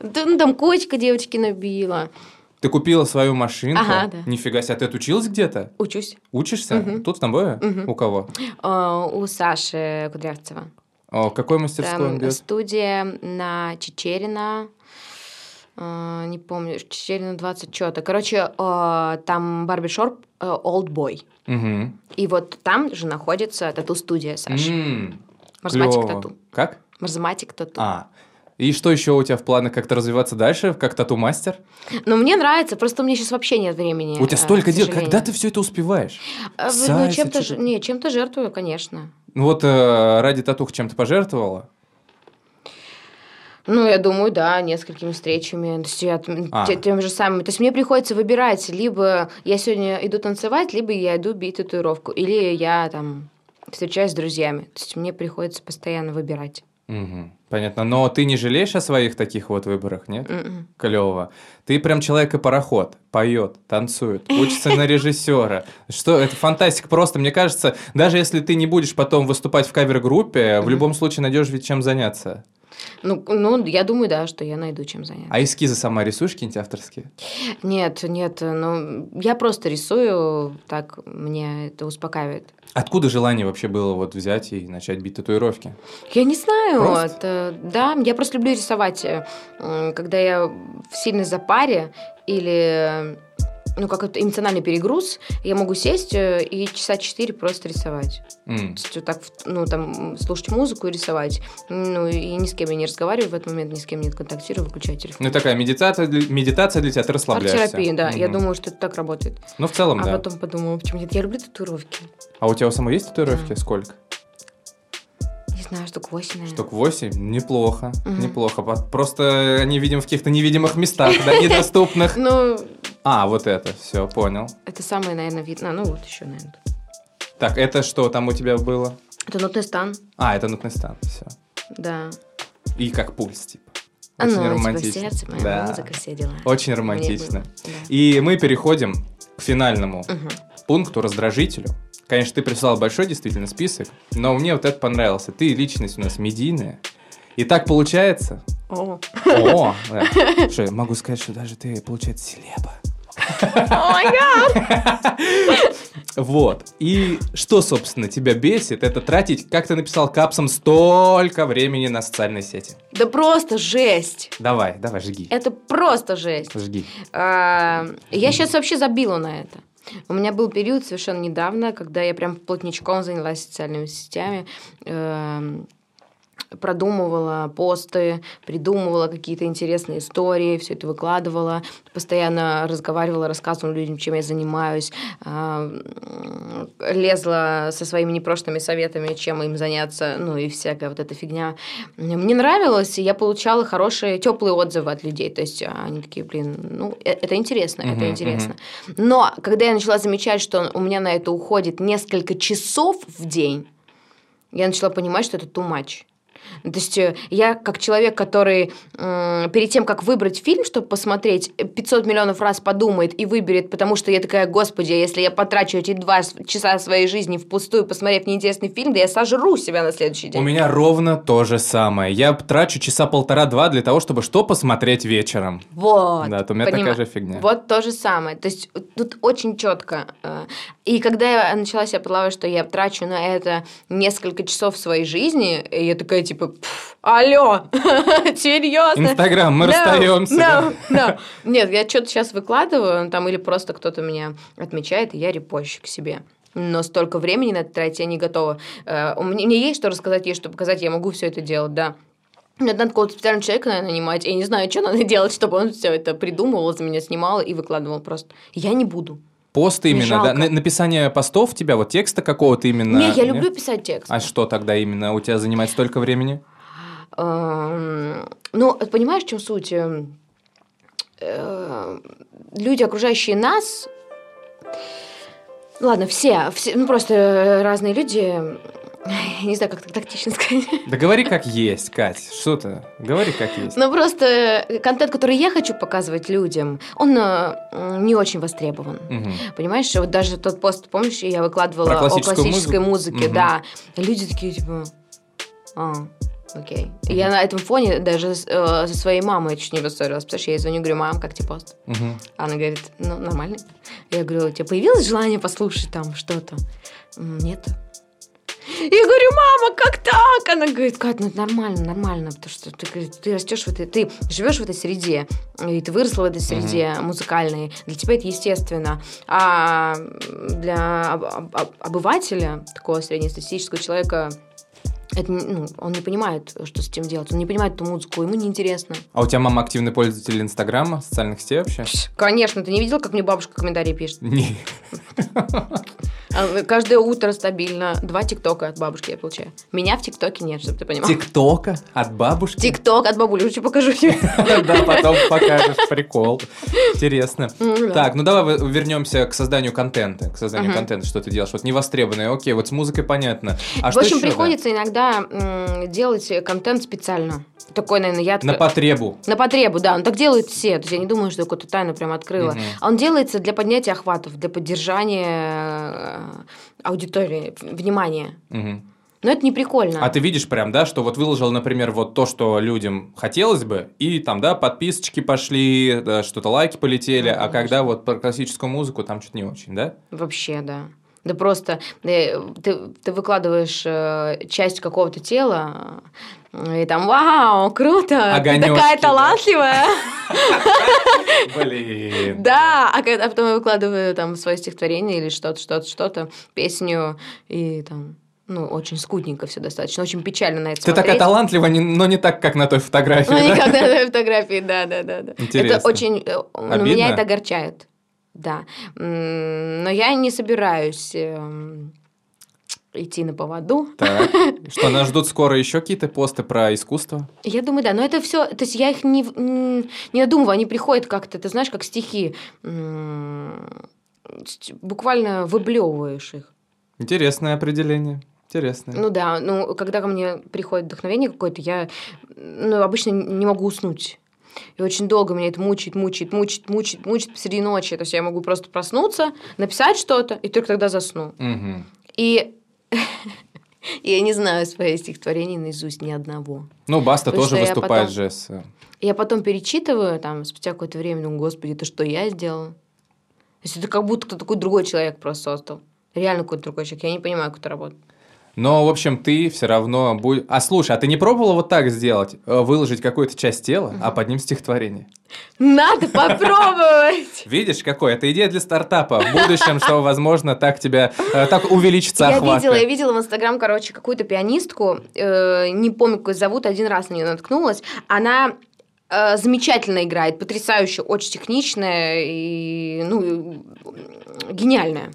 S2: Да, ну, там котика девочки набила.
S1: Ты купила свою машинку?
S2: Ага, да.
S1: Нифига себе, а ты отучилась где-то?
S2: Учусь
S1: Учишься?
S2: Мгм.
S1: Тут с тобой?
S2: Мгм.
S1: У кого?
S2: э, у Саши Кудрявцева.
S1: О, какой мастерской он
S2: Там
S1: бьет?
S2: студия на Чечерина. э, не помню, Чечерина 20 что-то. Короче, э, там э, барбишоп Олдбой.
S1: Мгм.
S2: И вот там же находится тату-студия Саши.
S1: М,
S2: Марзматик
S1: клёво.
S2: тату.
S1: Как?
S2: Марзматик тату.
S1: А. И что еще у тебя в планах как-то развиваться дальше, как тату-мастер?
S2: Но мне нравится, просто у меня сейчас вообще нет времени.
S1: у тебя
S2: э,
S1: столько
S2: к
S1: дел,
S2: сожалению.
S1: когда ты все это успеваешь?
S2: А, вы- Ну,
S1: Сальса,
S2: чем-то,
S1: что-то-
S2: ж- не, чем-то жертвую, конечно.
S1: Ну вот э, ради татух чем-то пожертвовала?
S2: Ну, я думаю, да, несколькими встречами, то есть я отм-
S1: А.
S2: те- тем же самым. То есть мне приходится выбирать, либо я сегодня иду танцевать, либо я иду бить татуировку, или я там встречаюсь с друзьями. То есть мне приходится постоянно выбирать.
S1: Мгм. Понятно. Но ты не жалеешь о своих таких вот выборах, нет?
S2: Мгм.
S1: Клево. Ты прям человек и пароход. Поет, танцует, учится на режиссера. Что, это фантастика просто. Мне кажется, даже если ты не будешь потом выступать в кавер-группе, в
S2: Мгм.
S1: любом случае найдешь ведь чем заняться.
S2: Ну, ну, я думаю, да, что я найду чем заняться.
S1: А эскизы сама рисуешь какие-нибудь авторские?
S2: Нет, нет, ну, я просто рисую, так мне это успокаивает.
S1: Откуда желание вообще было вот взять и начать бить татуировки?
S2: Я не знаю.
S1: Просто?
S2: это- да, я просто люблю рисовать. э, м, Когда я в сильной запаре или э, ну, какой-то эмоциональный перегруз, я могу сесть э, и часа четыре просто рисовать.
S1: М.
S2: То есть вот так, ну, там, м, слушать музыку и рисовать. Ну, и ни с кем я не разговариваю в этот момент, ни с кем не контактирую, выключаю телефон.
S1: Ну, такая медитация для, медитация для тебя, ты расслабляешься.
S2: Арт-терапия, да. Я
S1: Мгм.
S2: думала, что это так работает.
S1: Ну, в целом,
S2: А
S1: да.
S2: потом подумала, почему нет, я люблю татуировки.
S1: А у тебя у самой есть татуировки?
S2: Да.
S1: Сколько?
S2: Не знаю, штук 8, наверное.
S1: Штук 8? Неплохо,
S2: Мгм.
S1: неплохо. По- Просто они, видим в каких-то невидимых местах, да, недоступных.
S2: Ну,
S1: А, вот это, все, понял.
S2: это самое, наверное, видно. Ну, вот еще, наверное.
S1: Так, это что там у тебя было?
S2: Это нотный стан,
S1: А, это нотный стан, все.
S2: да.
S1: И как пульс, типа.
S2: А ну,
S1: Очень
S2: типа,
S1: романтично.
S2: сердце, моя
S1: Да.
S2: музыка, все дела.
S1: Очень
S2: Мне
S1: романтично.
S2: было, да.
S1: И мы переходим к финальному
S2: Мгм.
S1: пункту раздражителю. Конечно, ты прислал большой действительно список, но мне вот это понравился. Ты личность у нас медийная. И так получается. О, да. Что, я могу сказать, что даже ты, получается, селеба. Вот. И что, собственно, тебя бесит? Это тратить, как ты написал капсом, столько времени на социальные сети.
S2: Да просто жесть!
S1: Давай, давай, жги.
S2: Это просто жесть.
S1: Жги.
S2: А, Я сейчас вообще забила на это. У меня был период совершенно недавно, когда я прям плотничком занялась социальными сетями. эм, продумывала посты, придумывала какие-то интересные истории, все это выкладывала, постоянно разговаривала, рассказывала людям, чем я занимаюсь, а, м, лезла со своими непрошенными советами, чем им заняться, ну и всякая вот эта фигня. Мне нравилось, и я получала хорошие, теплые отзывы от людей, то есть а, они такие, блин, ну э- это интересно,
S1: Мгм,
S2: это интересно. Но когда я начала замечать, что у меня на это уходит несколько часов в день, я начала понимать, что это too much. Ну, То есть э, я как человек, который м, перед тем, как выбрать фильм, чтобы посмотреть, э, 500 миллионов раз подумает и выберет, потому что я такая, господи, а если я потрачу эти два с- часа своей жизни впустую, посмотрев неинтересный фильм, да я сожру себя на следующий
S1: У
S2: день.
S1: меня ровно то же самое. Я трачу часа полтора-два для того, чтобы что посмотреть вечером.
S2: Вот.
S1: да, то у меня
S2: понима-
S1: такая же фигня.
S2: Вот то же самое. То есть э, тут очень четко. э. И когда я начала себя подлавать, что я трачу на это несколько часов своей жизни, э, я такая типа, «Пф, алло, серьезно?
S1: Инстаграм, мы
S2: No,
S1: расстаемся. да.
S2: no, no. Нет, я что-то сейчас выкладываю, ну, там или просто кто-то меня отмечает, и я репощу к себе. Но столько времени на это тратить я не готова. Э, у меня, мне есть что рассказать, есть что показать, я могу все это делать, да. Мне надо какого-то специального человека, наверное, нанимать. Я не знаю, что надо делать, чтобы он все это придумывал, за меня снимал и выкладывал просто. Я не буду.
S1: Посты
S2: Не
S1: именно, да?
S2: жалко.
S1: На- Написание постов тебя, вот текста какого-то именно.
S2: не, я
S1: нет?
S2: люблю писать текст.
S1: А что тогда именно у тебя занимает столько времени?
S2: Эм, Ну, понимаешь, в чем суть? Эм, э, Люди, окружающие нас, ладно, все, все, ну просто э, разные люди, не знаю, как так тактично сказать,
S1: Да говори как есть, Кать. Что ты? Говори как есть.
S2: но просто контент, который я хочу показывать людям, он э, м, не очень востребован.
S1: Мгм.
S2: Понимаешь, вот даже тот пост, помнишь, я выкладывала
S1: Про классическую
S2: о классической музыке,
S1: музыку?
S2: да. Люди такие, типа, а, окей. И Я на этом фоне даже с- э, со своей мамой чуть не поссорилась. Потому что я ей звоню, говорю, мам, как тебе пост?
S1: Мгм.
S2: Она говорит, ну, нормально. Я говорю, у тебя появилось желание послушать там что-то? «М, Нет. Я говорю, мама, как так? Она говорит, Кать, ну это нормально, нормально, потому что ты, говорит, ты растешь в этой, ты живешь в этой среде, и ты выросла в этой среде музыкальной, для тебя это естественно. А для об- об- об- обывателя, такого среднестатистического человека, это, не- ну, он не понимает, что с этим делать, он не понимает эту музыку, ему неинтересно.
S1: А у тебя мама активный пользователь Инстаграма, социальных сетей вообще?
S2: Конечно, ты не видел, как мне бабушка комментарии пишет?
S1: Не.
S2: А, Каждое утро стабильно два тиктока от бабушки я получаю. Меня в тиктоке нет, чтобы ты понимал.
S1: Тиктока от бабушки?
S2: Тикток от бабули, лучше покажу тебе.
S1: Да, потом покажешь прикол. Интересно. Так, ну давай вы- вернемся к созданию контента. К созданию
S2: Мгм.
S1: контента, что ты делаешь. Вот невостребованное, окей, вот с музыкой понятно. А
S2: в
S1: что
S2: общем,
S1: еще, да?
S2: приходится иногда м, делать контент специально. Такой, наверное, я...
S1: На потребу.
S2: На потребу, да. Он так делают все. То есть я не думаю, что я какую-то тайну прям открыла.
S1: Мгм.
S2: А Он делается для поднятия охватов, для поддержания э, аудитории, в- внимания.
S1: Мгм.
S2: Но это не прикольно.
S1: А ты видишь прям, да, что вот выложил, например, вот то, что людям хотелось бы, и там, да, подписочки пошли, да, что-то лайки полетели,
S2: Ну,
S1: а когда вот про классическую музыку там что-то не очень, да?
S2: Вообще, да. Да просто э, ты, ты выкладываешь э, часть какого-то тела, э, и там, вау, круто, ты
S1: Огонёчки,
S2: такая
S1: да.
S2: талантливая.
S1: Блин.
S2: Да, а когда потом я выкладываю там свое стихотворение или что-то, что-то, что-то, песню, и там, ну, очень скудненько все достаточно, очень печально на это
S1: Ты такая
S2: смотреть.
S1: талантливая, не- но не так, как на той фотографии.
S2: Ну,
S1: да?
S2: никак на этой фотографии, да, да, да. да.
S1: Интересно.
S2: Это очень... э, ну,
S1: Обидно?
S2: меня это огорчает. Да. М, Но я не собираюсь эм, идти на поводу.
S1: Так, что нас ждут скоро еще какие-то посты про искусство?
S2: Я думаю, да, но это все, то есть я их не, в- м, не надумываю, они приходят как-то, ты знаешь, как стихи, М, ст- буквально выблевываешь их.
S1: Интересное определение. Интересное.
S2: Ну да, ну когда ко мне приходит вдохновение какое-то, я ну, обычно не могу уснуть. И очень долго меня это мучает, мучает, мучает, мучает, мучает посреди ночи. То есть я могу просто проснуться, написать что-то, и только тогда засну.
S1: Мгм.
S2: И я не знаю свои стихотворения наизусть ни одного.
S1: Ну, Баста
S2: Потому
S1: тоже
S2: что я
S1: выступает
S2: а потом-
S1: же с... э,
S2: Я потом перечитываю, там, спустя какое-то время, думаю, господи, это что я сделал? То есть это как будто кто-то такой другой человек просто создал. Реально какой-то другой человек. Я не понимаю, как это работает.
S1: Но, в общем, ты все равно будешь... А слушай, а ты не пробовала вот так сделать? Э, Выложить какую-то часть тела, а под ним стихотворение?
S2: Надо попробовать!
S1: Видишь, какой? Это идея для стартапа. В будущем, что, возможно, так тебя... э, Так увеличится
S2: Я
S1: охват.
S2: видела, я видела в Инстаграм, короче, какую-то пианистку, э, не помню, как ее зовут, один раз на нее наткнулась. Она э, замечательно играет, потрясающе, очень техничная и, ну, э, гениальная.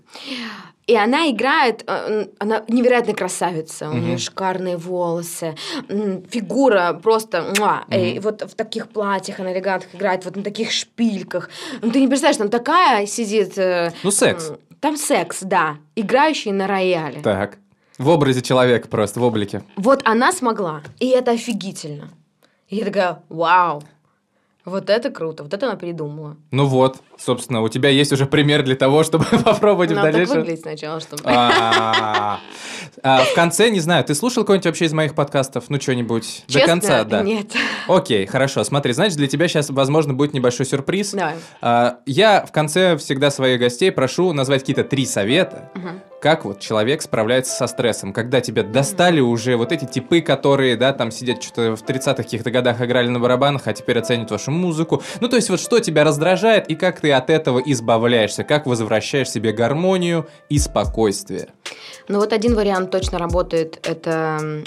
S2: И она играет, э, н- она невероятная красавица, у нее
S1: Мгм.
S2: шикарные волосы, м, фигура просто, муа. И
S1: Мгм.
S2: вот в таких платьях она элегантных играет, вот на таких шпильках. Ну, ты не представляешь, там такая сидит... э,
S1: Ну, секс.
S2: М, Там секс, да. Играющий на рояле.
S1: Так. В образе человека просто, в облике.
S2: Вот она смогла. И это офигительно. И я такая, вау. Вот это круто. Вот это она придумала.
S1: Ну вот, собственно, у тебя есть уже пример для того, чтобы попробовать в
S2: Надо Ну, а так
S1: дальнейшем.
S2: выглядеть сначала, чтобы...
S1: А, а, В конце, не знаю, ты слушал какой-нибудь вообще из моих подкастов? Ну, что-нибудь до
S2: Честно,
S1: конца, да.
S2: Нет.
S1: Окей, хорошо. Смотри, значит, для тебя сейчас, возможно, будет небольшой сюрприз.
S2: Давай.
S1: А, Я в конце всегда своих гостей прошу назвать какие-то три совета,
S2: Мгм.
S1: как вот человек справляется со стрессом, когда тебя достали уже вот эти типы, которые, да, там сидят что-то в 30-х каких-то годах играли на барабанах, а теперь оценят вашу музыку. Ну, то есть вот что тебя раздражает и как ты от этого избавляешься, как возвращаешь себе гармонию и спокойствие.
S2: Ну вот один вариант точно работает. Это м,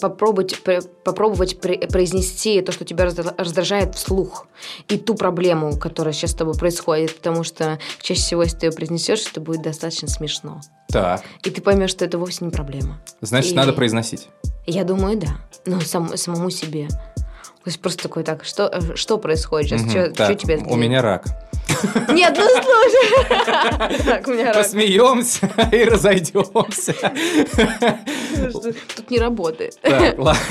S2: попробовать, пр- попробовать пр- произнести то, что тебя раздра- раздражает вслух. И ту проблему, которая сейчас с тобой происходит. Потому что чаще всего, если ты ее произнесешь, это будет достаточно смешно.
S1: Так,
S2: И ты поймешь, что это вовсе не проблема.
S1: значит,
S2: И-
S1: надо произносить.
S2: Я думаю, да. Но сам- самому себе. То есть просто такой так, что, э, что происходит сейчас?
S1: Мгм,
S2: Чё-
S1: так,
S2: чё тебе
S1: у меня рак.
S2: Нет, ну слушай. Так, у меня рак.
S1: Посмеемся и разойдемся.
S2: Тут не работает.
S1: Так, ладно,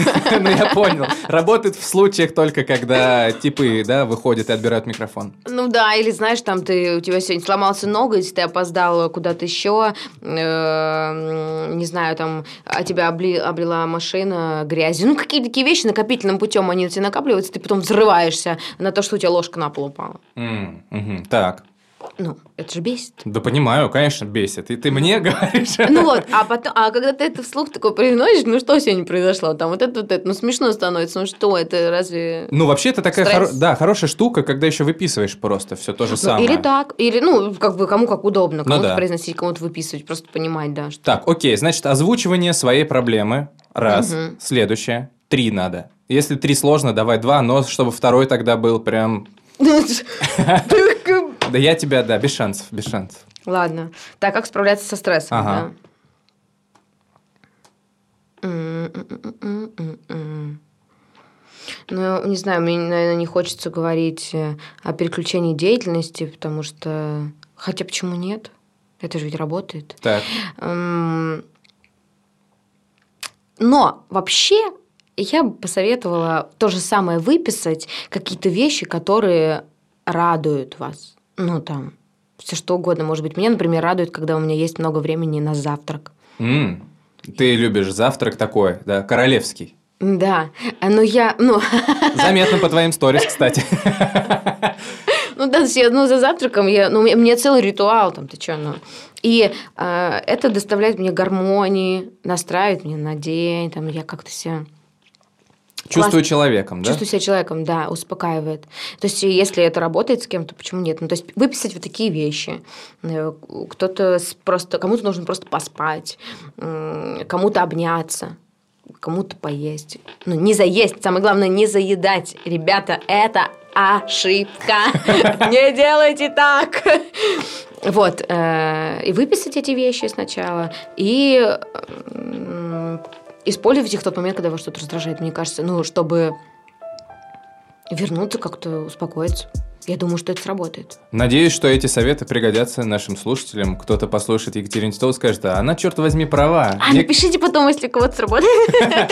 S1: ну я понял. Работает в случаях только, когда типы, да, выходят и отбирают микрофон.
S2: Ну да, или знаешь, там ты у тебя сегодня сломался ноготь, ты опоздала куда-то еще, не знаю, там, а тебя обли- облила машина грязью. Ну, какие-то такие вещи накопительным путем, они у тебя накапливаются, ты потом взрываешься на то, что у тебя ложка на пол упала.
S1: М, мгм, Так,
S2: Ну, это же бесит.
S1: да понимаю, конечно, бесит. И ты мне говоришь.
S2: Ну вот, а потом, а когда ты это вслух такой произносишь, ну что сегодня произошло? Там вот это, вот это, ну смешно становится, ну что это, разве...
S1: Ну, вообще, это такая
S2: Стресс.
S1: хоро- да, хорошая штука, когда еще выписываешь просто все то же
S2: Ну,
S1: самое. Ну
S2: или так, или, ну, как бы кому как удобно, кому-то
S1: да.
S2: произносить, кому-то выписывать, просто понимать, да, что...
S1: Так, окей, значит, озвучивание своей проблемы. Раз.
S2: Мгм.
S1: Следующее. Три надо. Если три сложно, давай два, но чтобы второй тогда был прям...
S2: Ну,
S1: Да я тебя, да, без шансов, без шансов.
S2: Ладно. Так, как справляться со стрессом?
S1: Ага.
S2: да? М-м-м-м-м-м. Ну, не знаю, мне, наверное, не хочется говорить э, о переключении деятельности, потому что... Хотя почему нет? Это же ведь работает.
S1: Так,
S2: Эм, Но вообще я бы посоветовала то же самое выписать, какие-то вещи, которые радуют вас. Ну, там, все что угодно. Может быть, меня, например, радует, когда у меня есть много времени на завтрак.
S1: м, ты любишь завтрак такой, да, королевский.
S2: Да, но я, ну,
S1: Заметно по твоим сторис, кстати.
S2: ну, да, я, ну, за завтраком я, ну, у меня- у меня целый ритуал там, ты что, ну. И э, это доставляет мне гармонии, настраивает меня на день, там, я как-то себя
S1: Чувствую человеком, да?
S2: Чувствую себя человеком, да, успокаивает. То есть, если это работает с кем-то, почему нет? Ну, то есть, выписать вот такие вещи. Э, Кто-то с- просто, кому-то нужно просто поспать, м, кому-то обняться, кому-то поесть. Ну, не заесть, самое главное, не заедать. Ребята, это ошибка. Не делайте так. Вот, э, и выписать эти вещи сначала, и м, использовать их в тот момент, когда вас что-то раздражает, мне кажется, ну, чтобы вернуться как-то, успокоиться. Я думаю, что это сработает.
S1: Надеюсь, что эти советы пригодятся нашим слушателям. Кто-то послушает Екатерину Титову и скажет, а она, черт возьми, права.
S2: А
S1: Ник-
S2: напишите потом, если у кого-то сработает.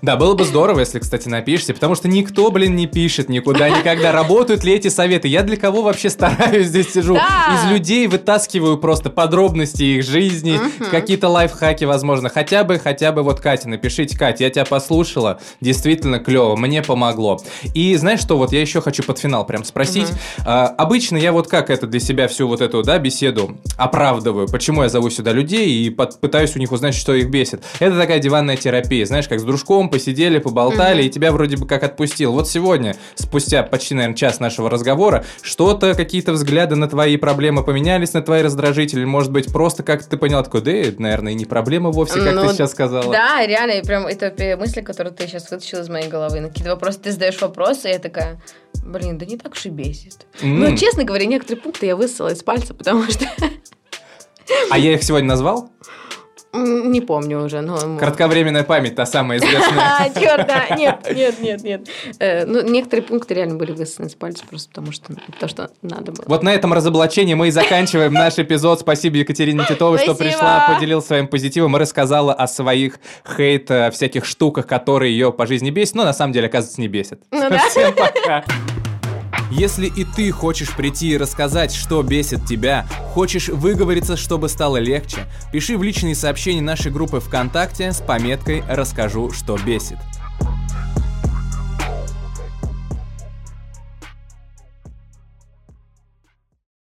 S1: Да, было бы здорово, если, кстати, напишите, потому что никто, блин, не пишет никуда никогда. Работают ли эти советы? Я для кого вообще стараюсь здесь сижу?
S2: Да.
S1: Из людей вытаскиваю просто подробности их жизни, какие-то лайфхаки, возможно. Хотя бы, хотя бы вот Катя, напишите, Катя, я тебя послушала, действительно клево, мне помогло. И знаешь что, вот я еще хочу под финал прям спросить. А, обычно я вот как это для себя всю вот эту, да, беседу оправдываю, почему я зову сюда людей и под- пытаюсь у них узнать, что их бесит. Это такая диванная терапия, знаешь, как с дружком посидели, поболтали, и тебя вроде бы как отпустил. Вот сегодня, спустя почти, наверное, час нашего разговора, что-то, какие-то взгляды на твои проблемы поменялись, на твои раздражители, может быть, просто как-то ты понял, такой, да, это, наверное, и не проблема вовсе, как
S2: Ну,
S1: ты сейчас сказала.
S2: Да, реально, и прям это пе- мысли, которые ты сейчас вытащил из моей головы. На какие-то вопросы ты задаешь вопросы, и я такая, блин, да не так уж и бесит.
S1: М.
S2: Ну, честно говоря, некоторые пункты я высосала из пальца, потому что
S1: А я их сегодня назвал?
S2: м, не помню уже. но-
S1: Кратковременная память, та самая известная.
S2: А, черт, да, нет, нет, нет, нет. Э, Ну, некоторые пункты реально были высосаны из пальца, просто потому что, то, что надо было.
S1: Вот на этом разоблачении мы и заканчиваем наш эпизод. Спасибо Екатерине Титовой, что
S2: Спасибо.
S1: пришла, поделилась своим позитивом и рассказала о своих хейт э, всяких штуках, которые ее по жизни бесят, но на самом деле, оказывается, не бесят.
S2: Ну да.
S1: Всем пока. Если и ты хочешь прийти и рассказать, что бесит тебя, хочешь выговориться, чтобы стало легче, пиши в личные сообщения нашей группы ВКонтакте с пометкой «Расскажу, что бесит».